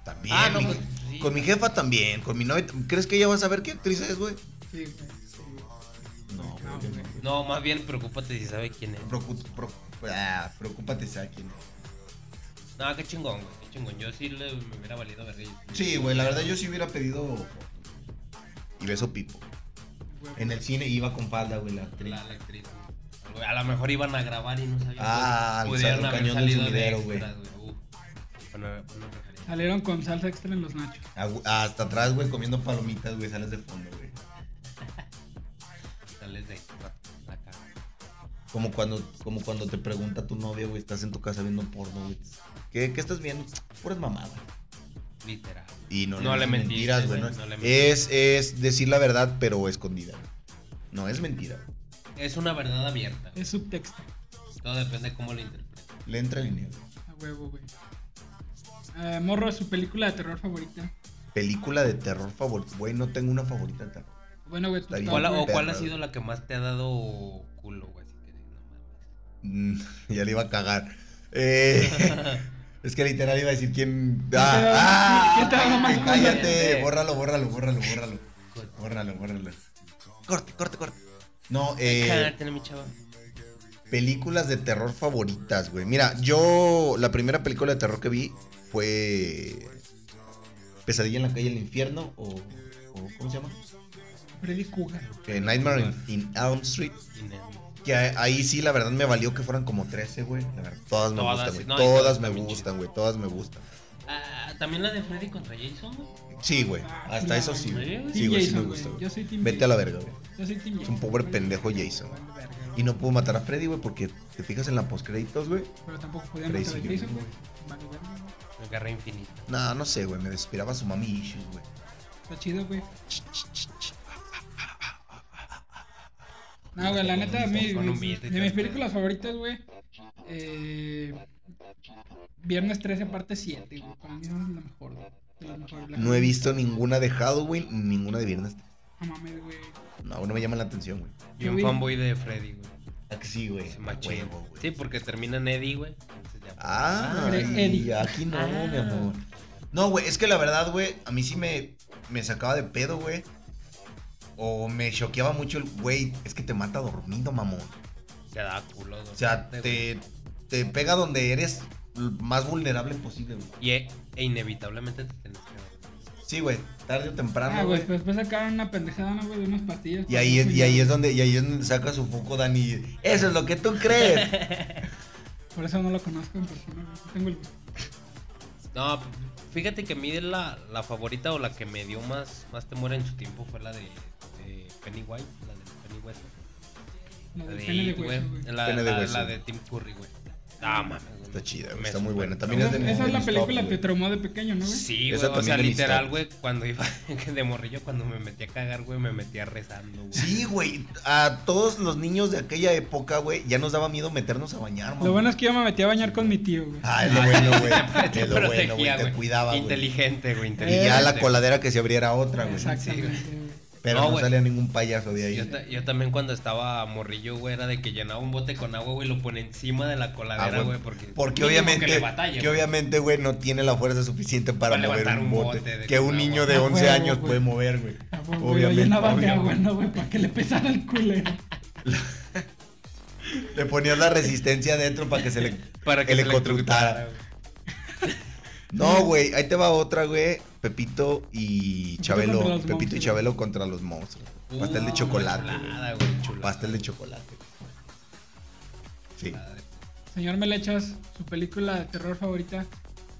También.
Ah, no,
mi-
pues, sí.
Con mi jefa también. Con mi novia. ¿Crees que ella va a saber qué actriz es, güey?
Sí, güey. sí, güey.
No,
No,
güey.
güey.
No, más bien preocúpate si sabe quién es.
Preocu- pro- ah, preocúpate, sea quién es.
No, qué chingón, güey, qué chingón. Yo sí le, me hubiera valido verga.
Sí, güey, la verdad yo sí hubiera pedido. Y beso pipo. En el cine iba con falda, güey, la actriz.
La, la actriz. güey. A lo mejor iban a grabar y no sabían.
Ah,
güey.
alzar un cañón del sumidero, güey.
extras, güey. Uh, bueno, bueno, referencia.
Salieron con salsa extra en los nachos.
Agu- Hasta atrás, güey, comiendo palomitas, güey, sales de fondo, güey.
Sales de extra. La caga.
Como cuando, como cuando te pregunta tu novia, güey, estás en tu casa viendo porno, güey. ¿Qué, qué estás viendo? Puras mamadas.
Literal.
Y no,
No le
dices
mentiste,
mentiras, güey.
güey,
¿no?
no le mentiste.
es, es decir la verdad, pero escondida. güey. No es mentira. güey.
Es una verdad abierta.
Es subtexto.
Todo depende de cómo lo interpretes.
Le entra el dinero.
A huevo, güey. Eh, Morro, su película de terror favorita.
Película de terror favorita. Güey, no tengo una favorita de terror.
Bueno, güey, tu
Está bien.
top,
¿Cuál, ha-
güey.
¿O cuál ha
Perro.
sido la que más te ha dado culo, güey? Así que, no mames.
Mm, ya le iba a cagar. Eh, es que literal iba a decir quién.
¿Quién te da-
¡Ah!
quién te da
¡Ah!
más culo?
cállate, bórralo, bórralo, bórralo, bórralo. Bórralo, bórralo. Corte, corte, corte. No, eh,
Cagarte, Ah, mi chava.
películas de terror favoritas, güey. Mira, yo la primera película de terror que vi fue Pesadilla en la calle del infierno o, o- ¿cómo se llama?
Freddy Cougar.
Eh, Nightmare in- in Elm Street. Que a- ahí sí, la verdad me valió que fueran como 13, güey. La verdad, Todas me
Todas,
gustan, güey.
no, y
todas
todas
me
también
gustan, güey. Todas me gustan.
Ah, También la de Freddy contra Jason, güey.
Sí, güey.
Ah,
Hasta
chulada,
eso sí, güey.
Team
Sí, güey, sí me
Jason,
gusta,
güey.
güey.
Yo soy Team
Vete a la verga, güey.
Yo soy Team
Es un pobre pendejo Jason.
Vale, verga, güey.
Y no pudo matar a Freddy, güey, porque te fijas en la postcréditos, güey.
Pero tampoco podía
Crazy
matar a
Junior,
Jason,
güey.
güey. Vale, verga, güey.
La guerra infinita.
No, no sé, güey. Me despiraba su mami issues, güey.
Está chido, güey. No, güey, la neta,
Con-
mi-
con un
mi-
billete y
de mis
todo.
películas favoritas, güey. eh, Viernes 13, parte 7, güey. Para mí es la mejor, güey. de las mejores. La-
No he visto ninguna de Halloween, ninguna de Viernes.
No mames, güey.
No, no me llaman la atención, güey.
Y un
vi-
fanboy de Freddy, güey.
¿A que sí, güey?
Se
A
machín.
huevo, güey.
Sí, porque termina en Eddie, güey. Entonces ya. pues,
Ah,
Hombre,
y
Eddie.
aquí no,
Ah.
mi amor. No, güey, es que la verdad, güey, a mí sí me, me sacaba de pedo, güey. O me choqueaba mucho el, güey, es que te mata dormido, mamón.
Te da culo. güey.
O sea, te, te pega donde eres l- más vulnerable posible, güey.
Y e, e inevitablemente te tienes que dar.
Sí, güey, tarde o
Ah,
temprano,
güey,
güey.
pues,
pero después sacaron una pendejada, ¿no, güey? De unas pastillas.
Y ahí, es, y ahí es donde y ahí es donde saca su foco Dani. Eso es lo que tú crees.
Por eso no lo conozco en persona, güey. No tengo el gusto.
No, fíjate que a mí la, la favorita o la que me dio más, más temor en su tiempo fue la de, de Pennywise, la de Pennywise.
La
La
de
de,
pene de
It, güey.
hueso, güey.
La,
Pene de
la-
hueso.
la de Tim Curry, güey. No, mames. güey.
Está chida, güey,
Me
está muy
super-
buena. También es
Esa,
de mi-
esa es
de
la
mis
película
top,
que
güey.
traumó de pequeño, ¿no, güey?
Esa
Sí, güey, o sea,
también es mi
literal,
top.
güey, cuando iba de morrillo, cuando me metí a cagar, güey, me metía rezando, güey.
Sí, güey. A todos los niños de aquella época, güey, ya nos daba miedo meternos a bañar, mamá.
Lo bueno es que yo me metí a bañar con mi tío, güey.
Ah, es lo bueno, güey.
Te
Es lo bueno,
protegía,
güey. Te cuidaba, güey.
Inteligente, güey, inteligente.
Y ya la coladera que se abriera otra, güey.
Exactamente,
sí,
güey.
Pero
No,
no,
güey.
salía ningún payaso de
Yo,
ahí.
ta- yo también cuando estaba morrillo, güey, era de que llenaba un bote con agua, güey, lo ponía encima de la
Ah,
coladera,
güey.
güey, porque...
Porque
mínimo
obviamente,
Que le batalla,
que
güey.
obviamente, güey, no tiene la fuerza suficiente para
Para
mover
levantar
un
un
bote.
bote de
que un
agua.
niño de
Ah,
11
huevo,
años
güey.
puede mover, güey.
Ah, güey, Lo
Obviamente.
llenaba de
obvio.
agua, ¿no, güey? Para que le pesara el culero.
Le ponías la resistencia adentro para que se le.
Para que
el
se electrocutara,
electrocutara.
güey.
No, güey, ahí te va otra, güey. Pepito y
Pepito
Chabelo.
contra los
Pepito y
monstruos.
Chabelo contra los monstruos.
Uh,
Pastel de chocolate.
chulada,
güey.
güey, chulada.
Pastel de chocolate. Sí.
Señor Melechas, su película de terror favorita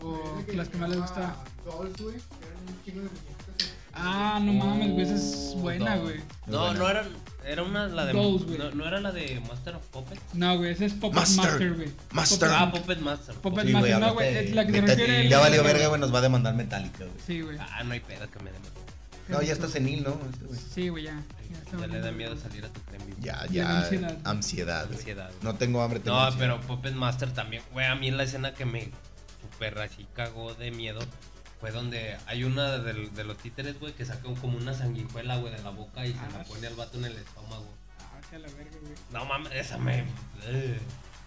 o las que más le gusta.
Dolls, güey. que Eran un chingo de muñecas.
Ah, no mames, güey, esa es
Oh,
Uh,
buena,
no.
güey.
No,
buena.
no era, era una, la de,
Dolls, güey.
no, no era la de Master of Puppets.
No, güey, esa es Puppet
Master.
Master, güey.
Master.
Ah, Puppet Master.
Puppet
Sí,
Master.
güey,
no,
hablaste
güey,
de
es la que se
Metallica.
refiere el-
Ya valió verga, güey, nos va a demandar Metallica, güey.
Sí, güey.
Ah, no hay pedo que me dé miedo.
No, ya está senil, ¿no? Este, güey.
Sí, güey, ya. Ya, está
Ya le da
bueno.
miedo salir a tu tren vivo.
Ya,
De la
ya.
ansiedad.
Ansiedad. güey.
Ansiedad.
No tengo hambre, tengo
No,
ansiedad.
pero Puppet Master también. Güey, a mí la escena que me super así cagó de miedo fue donde hay una del- de, los títeres, güey, que saca un- como una sanguijuela, güey, de la boca y se la pone al vato en el estómago.
Ah, sí, a la verga, güey.
No mames, esa me. eh.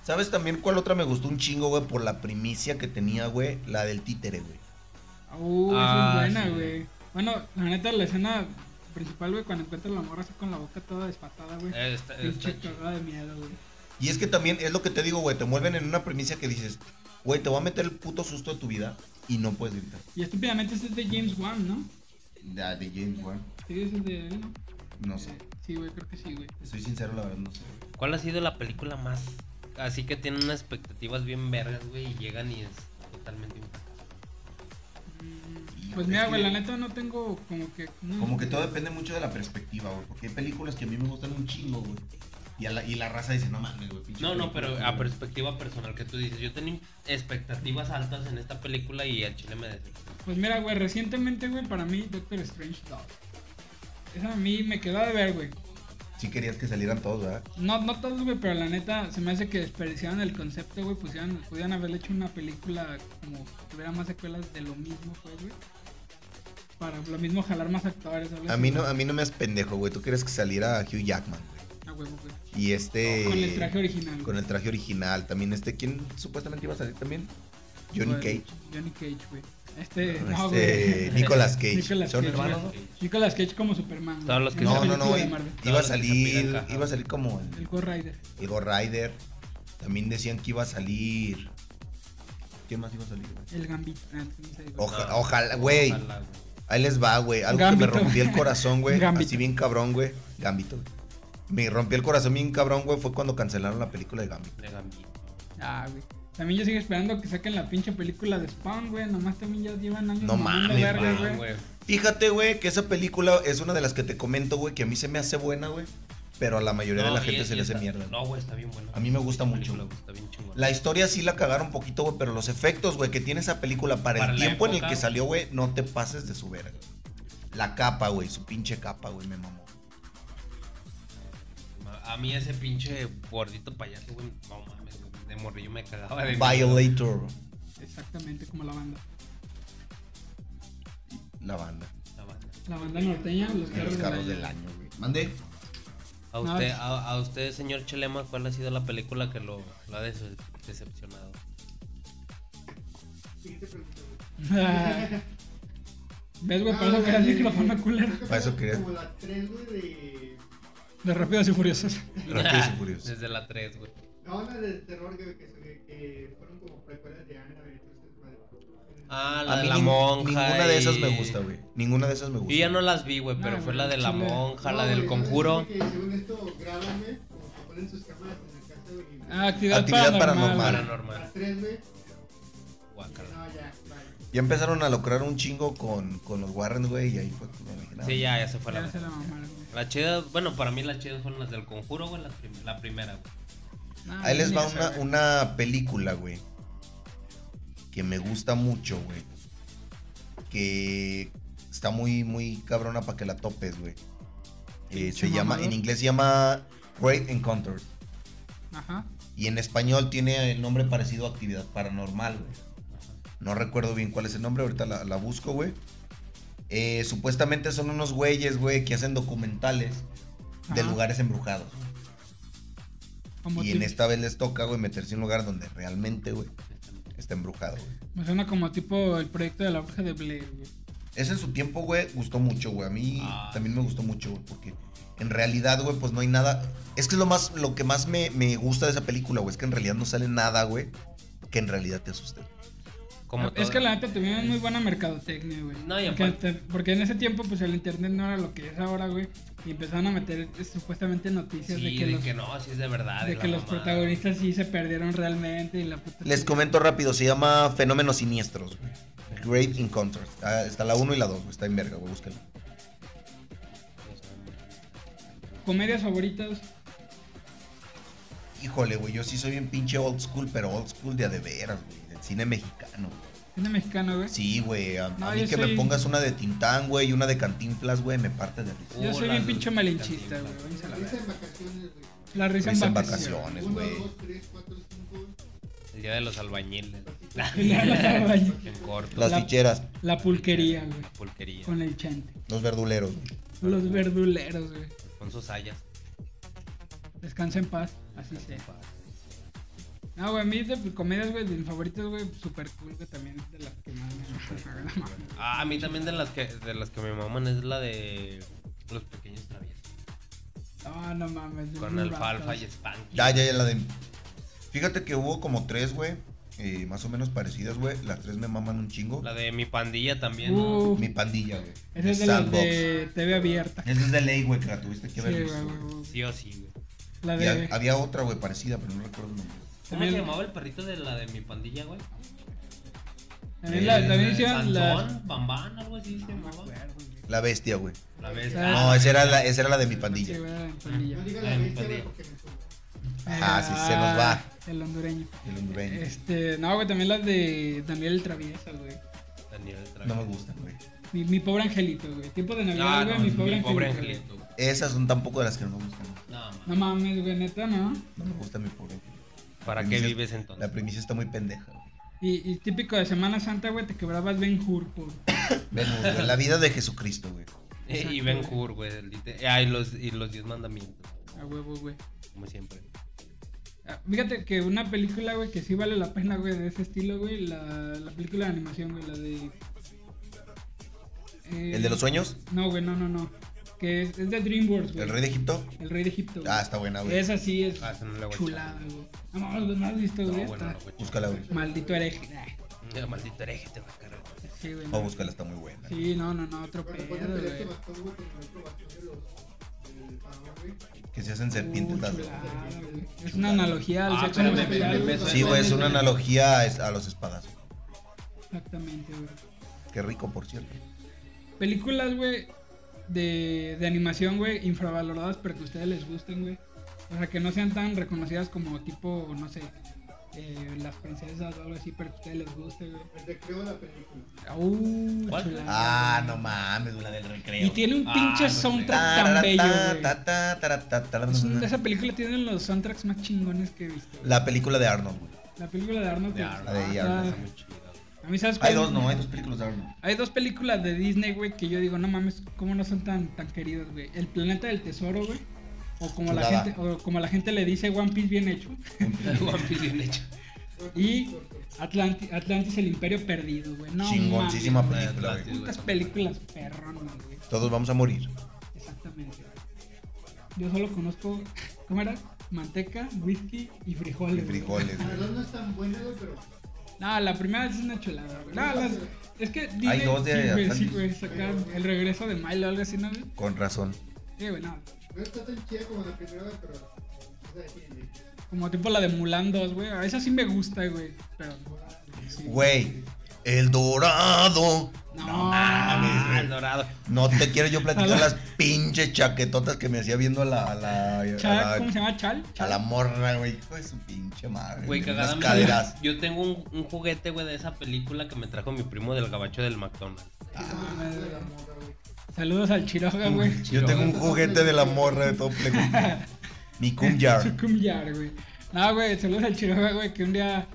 ¿Sabes también cuál otra me gustó un chingo, güey? Por la primicia que tenía, güey. La del títere, güey.
Uh,
Ah,
esa es buena,
sí.
güey. Bueno, la neta, la escena principal, güey, cuando encuentra la morra así con la boca toda despatada, güey.
Eh, está-
Pinche
está chido.
cagada de miedo, güey.
Y es que también es lo que te digo, güey. Te mueven en una primicia que dices, güey, te voy a meter el puto susto de tu vida y no puedes gritar.
Y estúpidamente ese es de James Wan, ¿no?
Ya, de James Wan.
Sí, ese es de él, ¿no?
No sé.
Sí, güey, creo que sí, güey.
Estoy sincero, la verdad, no sé.
¿Cuál ha sido la película más? Así que tienen unas expectativas bien vergas, güey, y llegan y es totalmente un fracaso.
Mm,
Hijo,
Pues
es
mira, güey,
que-
la neta no tengo como que. no.
Como que todo depende mucho de la perspectiva, güey. Porque hay películas que a mí me gustan un chingo, güey. Y, a la, y la raza dice, no mames, güey. pinche
No, no,
película,
pero
güey".
a perspectiva personal que tú dices, yo tenía expectativas altas en esta película y al chile me decepcionó.
Pues mira, güey, recientemente, güey, para mí, Doctor Strange 2. Esa a mí me quedó de ver, güey.
Sí querías que salieran todos, ¿verdad?
No, no todos, güey, pero la neta se me hace que desperdiciaron el concepto, güey. Pusieron, pudieran haberle hecho una película como que tuviera más secuelas de lo mismo, pues, güey. Para lo mismo jalar más actores. algo
A
así,
mí no,
güey.
a mí no me haces pendejo, güey. Tú quieres que saliera Hugh Jackman, güey.
A huevo, güey.
Y este.
Con el traje original.
Con
güey.
el traje original. También este, ¿quién supuestamente iba a salir también? Johnny
Güey,
Cage.
Johnny Cage, güey. Este,
eh, No,
no,
este,
güey.
Nicolas Cage.
Nicolas
¿Son
Cage,
hermanos?
güey.
no?
Nicolas Cage como Superman. güey.
Todos los que
En la
No,
se-
no, no,
película de
güey.
Marvel.
Iba a
Todos los que se piden
salir.
caja.
Iba a salir como el,
El Ghost Rider.
el Ghost Rider. También decían que iba a salir. ¿Quién más iba a salir, güey?
El Gambito. Ah, sí, no sé, güey.
Oja-
No.
ojalá, güey.
Ojalá, güey.
Ahí les va, güey. Algo que
Gambito.
me rompió el corazón, güey.
Gambito.
Así bien cabrón, güey. Gambito, güey. Me rompió el corazón bien cabrón, güey. Fue cuando cancelaron la película de Gambito.
De Gambito.
Ah, güey. También yo sigo esperando que saquen la pinche película de Spawn, güey. Nomás también ya llevan años.
No
mamando
mames,
verga,
Verga,
Ah,
güey.
güey.
Fíjate, güey, que esa película es una de las que te comento, güey, que a mí se me hace buena, güey. Pero a la mayoría de
No,
la
y
gente
es-
se
y
le hace
está-
mierda.
No, güey, está bien bueno.
A mí me gusta
Esa
mucho.
película, güey, Está bien chingona.
La historia sí la cagaron un poquito, güey, pero los efectos, güey, que tiene esa película para,
Para
el
la
tiempo en el
época.
que salió, güey, no te pases de su verga. La capa, güey, su pinche capa, güey, me mamó.
A mí ese pinche gordito payaso, güey, no mames, güey, de morrillo me cagaba de miedo.
Violator,
Exactamente como la banda.
la banda.
La banda.
La banda norteña, los
De
carros,
los carros
del
del
año.
año, güey. Mandé.
A
No,
usted,
es-
a, a usted, señor Chelema, ¿cuál ha sido la película que lo, lo ha des- decepcionado?
Siguiente pregunta, güey.
¿Ves, güey?
Ah,
Por eso
la
que era el
de-
micrófono culero.
Para eso quería-
Como la 3, güey, de.
De Rápidos y Furiosos.
Rápidos y Furiosos.
Desde la 3, güey.
No, la de terror, güey, que, que, que fueron como precuelas de Ana, güey. entonces, madre.
Ah,
A
la de
mí
la
nin-
monja.
Ninguna de esas
y-
me gusta, güey. Ninguna de esas me gusta.
Yo ya no las vi, güey, pero
No,
fue
güey,
la de la
chile.
monja, la
No,
del
güey,
conjuro.
Que según esto, grábame, como que ponen sus cámaras en la casa, güey. y-
Ah, actividad,
Actividad paranormal.
paranormal. güey.
Paranormal.
La 3, güey.
Guácala.
No, ya, vale.
Ya empezaron a lucrar un chingo con, con los Warren, güey, y ahí fue que me dije, no,
Sí, ya, ya se fue la
Ya se la
verga.
mamaron, güey.
La chida, bueno, para mí las chidas fueron las del conjuro, güey, la, prim- la primera, güey.
No,
Ahí les
ni
va
esa,
una,
güey.
una película, güey. Que me gusta mucho, güey. Que está muy, muy cabrona para que la topes, güey. Eh, se
Pinche
llama,
mamador.
en inglés se llama Great Encounter.
Ajá.
Y en español tiene el nombre parecido a Actividad Paranormal, güey. No recuerdo bien cuál es el nombre, ahorita la, la busco, güey. Eh, supuestamente son unos güeyes, güey, que hacen documentales de
Ajá.
lugares embrujados.
Como
Y en
tipo-
esta vez les toca, güey, meterse en un lugar donde realmente, güey, está embrujado, güey.
Me suena como tipo el proyecto de la bruja de Blair, güey.
Ese en su tiempo, güey, gustó mucho, güey. A mí
Ah.
también me gustó mucho, güey, porque en realidad, güey, pues no hay nada. Es que es lo más, lo que más me, me gusta de esa película, güey, es que en realidad no sale nada, güey, que en realidad te asuste.
Como
Ah, es
todo.
que la neta tuvieron muy buena mercadotecnia, güey.
No, y
porque,
aparte-
te- porque en ese tiempo, pues el internet no era lo que es ahora, güey. Y empezaron a meter eh, supuestamente noticias
Sí,
de que los,
no, sí es de verdad.
de
es
que
la
los
mamada.
protagonistas sí se perdieron realmente. Y la puta
Les
comento
comento rápido, se llama Fenómenos Siniestros, güey. Great Encounters. Ah, está la 1 y la 2, güey. Está en verga, güey, búsquenla.
Comedias favoritas.
Híjole, güey, yo sí soy bien pinche old school, pero old school de a de veras, güey. Del cine mexicano, güey.
Cine mexicano, güey.
Sí, güey. A, a
No,
mí
yo
que
soy-
me pongas una de Tintán, güey, y una de Cantinflas, güey, me parte de risa.
Yo
Oh,
soy
las
bien
de
pinche malinchista, güey.
Cantinflas.
váyanse a la
Risa
verga.
en vacaciones, güey.
La risa,
Risa en
en
vacaciones.
vacaciones.
Pues,
Uno,
güey.
dos, tres, cuatro, cinco.
El día de los albañiles. en corto.
Las
La-
ficheras,
La pulquería, güey.
La pulquería.
Con el chante.
los verduleros, güey.
Los verduleros, güey.
Con sus hayas.
Descansa en paz. Así sea. Ah, güey, a mí de comedias, güey, de mis favoritos, güey, super cool, güey, también de las que más me gustan. la madre.
Ah, a mí también de las que de las que me maman es la de los pequeños traviesos.
Ah, no mames. de
Con
mis
alfalfa
vatos.
y spanky.
Ya, ya, ya, la de. Fíjate que hubo como tres, güey. eh, más o menos parecidas, güey. Las tres me maman un chingo.
La de mi pandilla también. ¿no?
Uh,
Mi pandilla, güey.
esa es de las
Sandbox.
de TV abierta.
Esa es de ley, güey, que la tuviste que
Sí,
ver.
güey, güey, güey.
Sí o sí, güey.
La
Y ha-
de...
había otra, güey, parecida, pero no recuerdo el nombre.
¿Cómo se
También-
llamaba el perrito de la de mi pandilla, güey?
También, la, también hicieron la...
Eh, Sansón, Bambán, algo así se llamaba.
La bestia, güey.
La vez.
Ah.
No, esa era la, esa era la de mi pandilla.
Sí, güey, la de
No
pandilla.
diga la
Ay, mi
bestia, güey,
pandilla.
porque me suena.
Ah, sí, se nos va.
El hondureño.
El hondureño.
Este, no, güey, también las de Daniel el Travieso, güey.
Daniel Travis.
No me gustan, güey.
Mi, mi pobre angelito, güey. Tiempo de Navidad,
Ah,
güey,
no,
mi pobre angelito. güey.
angelito. güey.
Esas son tampoco de las que no me gustan.
No, man.
No mames, güey, neta, ¿no?
No me gusta mi pobre. angelito.
¿Para qué
Premisa-
vives entonces?
La premisa está muy pendeja, güey.
Y, y típico de Semana Santa, güey, te quebrabas Ben Hur por...
Ven, güey, la vida de Jesucristo, güey.
Eh, y Ben Hur, güey. el dite- Ah, y los, y los diez mandamientos,
A huevo, güey.
como siempre.
Ah, Fíjate que una película, güey, que sí vale la pena, güey, de ese estilo, güey, la, la película de animación, güey, la de... Eh,
¿El de los sueños?
No, güey, no, no, no. Que es, es de DreamWorks, güey.
¿El rey de Egipto?
El Rey de Egipto, güey.
Ah, está buena, güey.
Esa sí es
Ah, esa no la voy a
chulada, güey. No, mames, güey, no has visto,
No,
güey,
bueno,
esta.
no, güey.
Búscala, güey.
Maldito hereje. Ah,
Eh, Maldito hereje, te va a cargar.
Sí, güey.
O
No.
búscala, está muy buena.
Sí, no, no, no, otro
Cuando
pedo,
ponen pelearte
güey.
bastón, güey, con el otro bastón de los- del faraón, güey.
Que se hacen serpientes
Uh,
las dos.
chulada, güey. Es una analogía al
Ah,
sexo
espérame,
homosexual,
espérame, espérame.
Sí, güey, es una analogía a es- a los espadazos.
Exactamente, güey.
Qué rico, por cierto.
Películas, güey, de, de animación, güey, infravaloradas, pero que a ustedes les gusten, güey. O sea, que no sean tan reconocidas como tipo, no sé, eh, las princesas o algo así, pero que a ustedes les guste, güey.
El recreo de la película.
Uh,
¿Cuál?
chulada,
Ah,
güey.
no mames, güey, la del recreo.
Y tiene un
Ah,
pinche
no sé.
soundtrack
Tarara,
tan bello,
ta,
güey.
ta, ta, tara, ta, tara,
Es un-
na.
Esa película tiene los soundtracks más chingones que he visto. güey.
La película de Arnold, güey.
La película de Arnold.
De
pues,
Arnold,
la de
ah,
Arnold,
Está
está-
muy chida, güey.
A mí sabes
Hay
cuál-
dos, no, hay dos películas de Arnold.
Hay dos películas de Disney, güey, que yo digo, no mames, cómo no son tan, tan queridos, güey. El planeta del tesoro, güey. O como la
Chulada.
gente, o como la gente le dice One Piece bien hecho.
El One Piece bien hecho.
Y Atlanti- Atlantis, el imperio perdido, güey. No
Chingoncísima
mames,
película,
Atlantis,
güey.
Putas películas perronas, güey.
Todos vamos a morir.
Exactamente. Yo solo conozco, ¿cómo era? Manteca, whisky y
Y
frijoles. güey.
frijoles,
La verdad
güey.
no es tan buena, güey, pero.
No, la primera es una chulada, güey. No, las- es que Disney,
dos de
sí, güey, sí,
Atlantis.
güey, sacaron el regreso de Milo o algo así, ¿no, güey?
Con razón.
Sí, güey, no.
No está tan chida como la primera, güey, pero. o sea, tiene-
Como tipo la de Mulan 2, güey. A esa sí me gusta, güey. Pero. sí.
Güey, El dorado.
No,
mames, güey.
Ah, el dorado.
No te quiero yo
A
platicar
la-
las pinches chaquetotas que me hacía viendo a la. A la, a
Chal,
la-
¿cómo se llama? Chal.
a
Chal.
la morra, güey. Hijo de su pinche madre. güey,
Güey, cagada.
unas
me-
caderas.
Yo tengo un, un juguete, güey, de esa película que me trajo mi primo del gabacho del McDonald's.
Oh.
Saludos al Chiroga, güey.
Yo tengo un juguete de la morra de todo pleco. Mi cumyar.
Su cumbiar, güey. No, güey, saludos al Chiroga, güey, que un día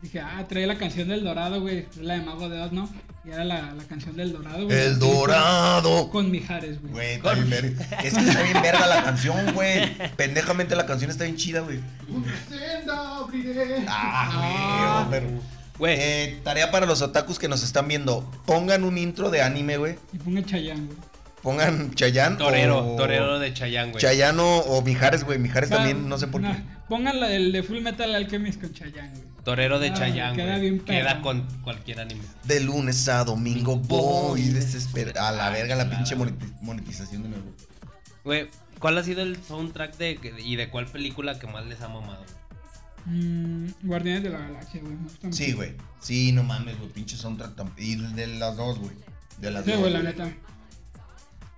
dije, ah, trae la canción del Dorado, güey. La de Mago de Oz, ¿no? Y era la, la canción del Dorado, güey.
El dorado.
Con Mijares, güey.
Güey, está bien verga. Es que está bien verga la canción, güey. Pendejamente la canción está bien chida, güey.
Una senda abriré.
Ah, güey, pero-
Güey,
Eh, tarea para los otakus que nos están viendo. Pongan un intro de anime, güey.
Y ponga Chayán, güey.
Pongan Chayanne
torero,
o...
torero de Chayán, güey.
Chayano o Mijares, güey. Mijares
Ah,
también, no sé por qué.
Pongan la- el de Full Metal Alchemist con Chayán, güey.
Torero de
Ah,
Chayán,
queda
güey.
bien perro.
Queda con cualquier anime.
De lunes a domingo voy
Voy
desesperado. A la verga la
desesperado.
pinche moneti- monetización de nuevo.
Güey, ¿cuál ha sido el soundtrack de y de cuál película que más les ha mamado? güey?
Mm, Guardianes de la Galaxia, güey. me gusta
Sí,
mucho.
güey. Sí, no mames, güey. Pinche soundtrack tan... Y de las dos, güey. De Eh, las
Sí,
dos.
güey, la neta.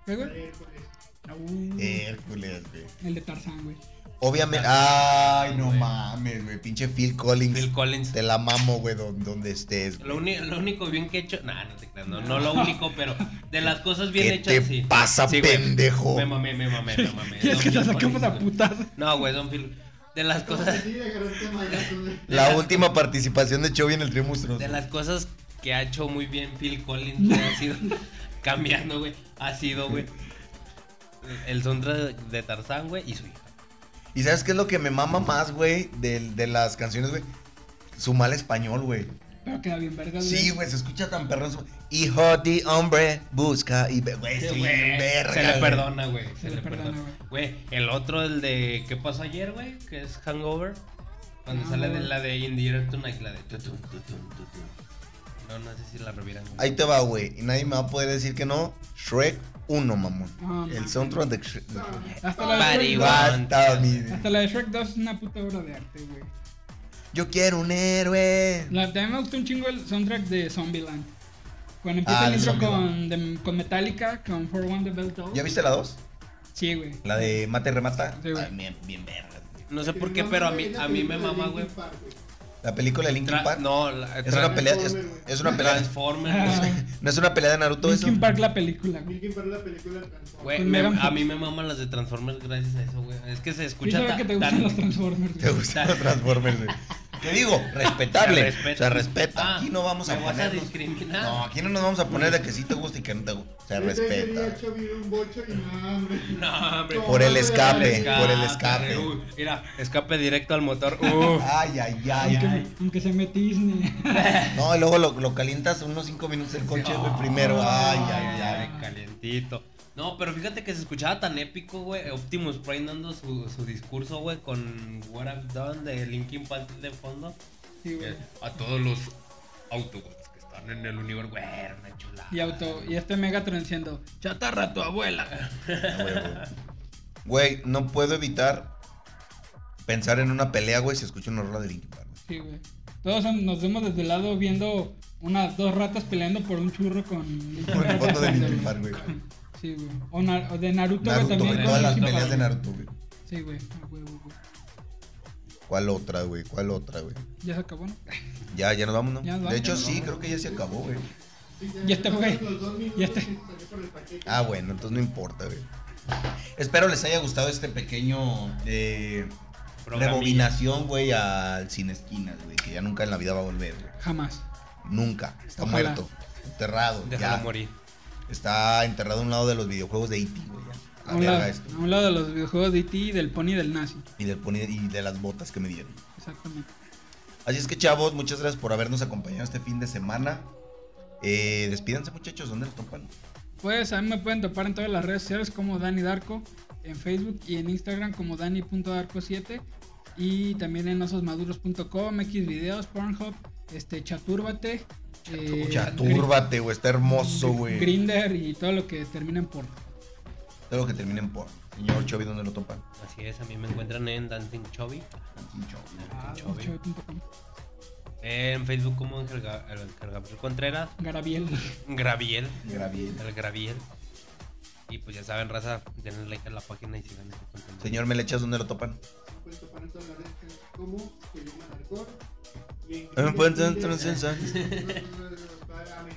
¿Qué, güey?
Hércules.
Uh,
Hércules, güey.
El de Tarzán, güey.
Obviamente... Ay, no mames, güey. Pinche Phil Collins.
Phil Collins.
Te la mamo, güey, don- donde estés. güey.
Lo, uni- lo único bien que he hecho. Nah, no te creas, no, no lo único, pero de las cosas bien
¿Qué
hechas,
te
sí.
pasa,
Sí, güey.
pendejo?
Me mamé, me mamé, me mamé.
Y es
Don
que te
Phil
sacamos
Collins,
a
güey.
putas.
No, güey, Don Phil. De las cosas.
Sí, agarraste a madrazos, güey.
La última participación de Chovy en el Trio Monstruoso.
De las cosas que ha hecho muy bien Phil Collins, güey, ha sido cambiando, güey. Ha sido, güey. El soundtrack de Tarzán, güey, y su hija.
¿Y sabes qué es lo que me mama más, güey? De, de las canciones, güey. Su mal español, güey.
Pero queda bien verga, güey.
Sí, güey, se escucha tan perrón. su- Hijo de hombre, busca y ve, güey,
Sí,
sí,
güey,
verga.
se le
güey.
perdona, güey.
Se le perdona,
Güey, el otro, el de ¿Qué pasó ayer, güey? Que es Hangover. Cuando
Ah,
sale de
güey.
la de Indie Tonight, la de tutum, tutum, tutum. No, no sé si la revieran. güey.
Ahí te va, güey. Y nadie me va a poder decir que no. Shrek 1, mamón.
Ah,
el
mames.
soundtrack de Shrek. de Shrek.
Hasta la, de
Body
Shrek,
Igual.
Basta, mi-
hasta la de Shrek 2 es una puta obra de arte, güey.
Yo quiero un héroe.
La- También me gustó un chingo el soundtrack de Zombieland. Cuando empieza
Ah,
el
de
intro con,
Zombieland.
de- con Metallica, con For One The Bell Tolls.
¿Ya viste la 2?
Sí, güey.
La de Mata y Remata.
Sí, güey.
También, bien verga. güey.
No sé por qué, pero a mí, a mí me mama, güey.
La película de Linkin
Tra-
Park.
No, la-
es
tra-
una pelea. Es, es una pelea.
Transformers, güey.
No es una pelea de Naruto eso.
Ah, Linkin Park la película, güey.
Milkin para la película Transformers.
Güey,
Con
me-
Megan
a
Fox.
mí me maman las de Transformers gracias a eso, güey. Es que se
Yo
escucha
sabía
ta-
que te
tan-
gustan los Transformers, güey.
Te gustan los Transformers, güey. ¿Qué digo? Respetable.
Se
Se
respeta.
respeta.
Ah,
aquí no vamos a
¿me vas a
poner.
discriminar?
No, aquí no nos vamos a poner de que sí te gusta y que no te gusta. Se
Desde ese día,
respeta.
Cho vino un bocho y no, hombre.
No, hombre.
Por el
Tomando de
escape.
la-
por el escape.
Uy, mira, escape directo al motor. Uf.
Ay, ay, ay,
aunque,
ay.
aunque se me tizne.
No, y luego lo, lo calientas unos 5 minutos el coche, güey, primero.
Ah,
Ay, ay, ay.
Calientito. No, pero fíjate que se escuchaba tan épico, güey. Optimus Prime dando su, su discurso, güey, con What I've Done de Linkin Park de fondo.
Sí, güey.
A todos los Autobots que están en el universo, güey, era una chulada.
Y auto, y este Megatron diciendo, chatarra tu abuela.
A huevo. Güey, no puedo evitar pensar en una pelea, güey, si escucho una rola de Linkin Park. güey.
Sí, güey. Todos son- nos vemos desde el lado viendo unas dos ratas peleando por un churro con Linkin
Por el
Park.
fondo de Linkin Park, güey.
Sí, güey. O, na- o de Naruto, güey,
Naruto,
también.
güey.
con
Todas las
Linkin
peleas
Park.
de Naruto, güey.
Sí, güey. a huevo, güey.
¿Cuál otra, güey? ¿Cuál otra, güey?
Ya se acabó, ¿no?
Ya, ya nos vamos, ¿no?
Ya nos vamos,
de hecho,
ya nos
sí,
vamos.
creo que ya se acabó, güey.
Sí,
Ya está, güey.
los dos minutos
Ya está.
y salió por el paquete.
Ah, bueno, entonces no importa, güey. Espero les haya gustado este pequeño eh,
Programilla.
rebobinación, güey, al Sin Esquinas, güey, que ya nunca en la vida va a volver, güey.
Jamás.
Nunca. Está
Ojalá.
muerto, enterrado,
Déjalo
ya.
morir.
Está enterrado a un lado de los videojuegos de E.T., güey, ya.
A
A la
un,
verga
lado,
esto.
a un lado de los videojuegos de E.T. y del Pony y del Nazi.
Y, del poni- y de las botas que me dieron.
Exactamente.
Así es que, chavos, muchas gracias por habernos acompañado este fin de semana. Eh, despídanse, muchachos, ¿dónde nos topan?
Pues a mí me pueden topar en todas las redes sociales como Dani Darko, en Facebook y en Instagram como Dani.darko7 y también en ososmaduros.com, Xvideos, Pornhub, este, Chatúrbate. eh,
Chatúrbate, güey, está hermoso,
Gr-
güey.
Grindr y todo lo que termina en porno.
Todo lo que terminen por. Señor Chovy, ¿dónde lo topan?
Así es, a mí me encuentran en Dancing Chubby.
Dancing Chovy.
Ah,
Chovy.
chovy punto com.
En Facebook como Ángel Ga- el Ángel Gabriel Contreras.
Garabiel.
Graviel.
Graviel.
El Graviel. Y pues ya saben, raza, denle like a la página y sigan este contenido.
Señor Melechas, ¿dónde lo topan?
Puedes topar en Pues, todas las redes sociales como Felipe Alarcón. Y en
Ah, me pueden tener
Twitter,
transensuales.
Amén.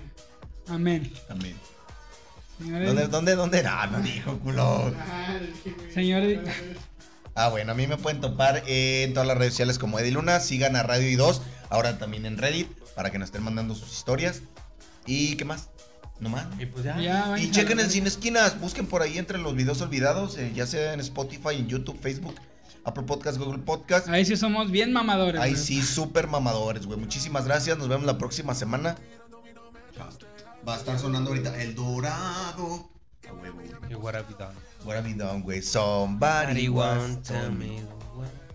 Amén.
También.
Señores,
¿Dónde, dónde, dónde? Ah, no dijo, culo.
Ah, dije, güey.
Señor-
Ah, bueno, a mí me pueden topar en todas las redes sociales como Eddie Luna. Sigan a Radio I2, ahora también en Reddit, para que nos estén mandando sus historias. ¿Y qué más? No más.
Y pues ya.
ya, vayan
Y
a
chequen
ver.
en Sin Esquinas, busquen por ahí entre los videos olvidados, eh, ya sea en Spotify, en YouTube, Facebook, Apple Podcast, Google Podcast.
Ahí sí somos bien mamadores.
Ahí
güey.
sí, súper mamadores, güey. Muchísimas gracias. Nos vemos la próxima semana. Va a estar sonando ahorita El Dorado. A huevo, güey.
Y what have you done?
What have you done, güey? Somebody
Somebody
once
once
told
told
me.
me what-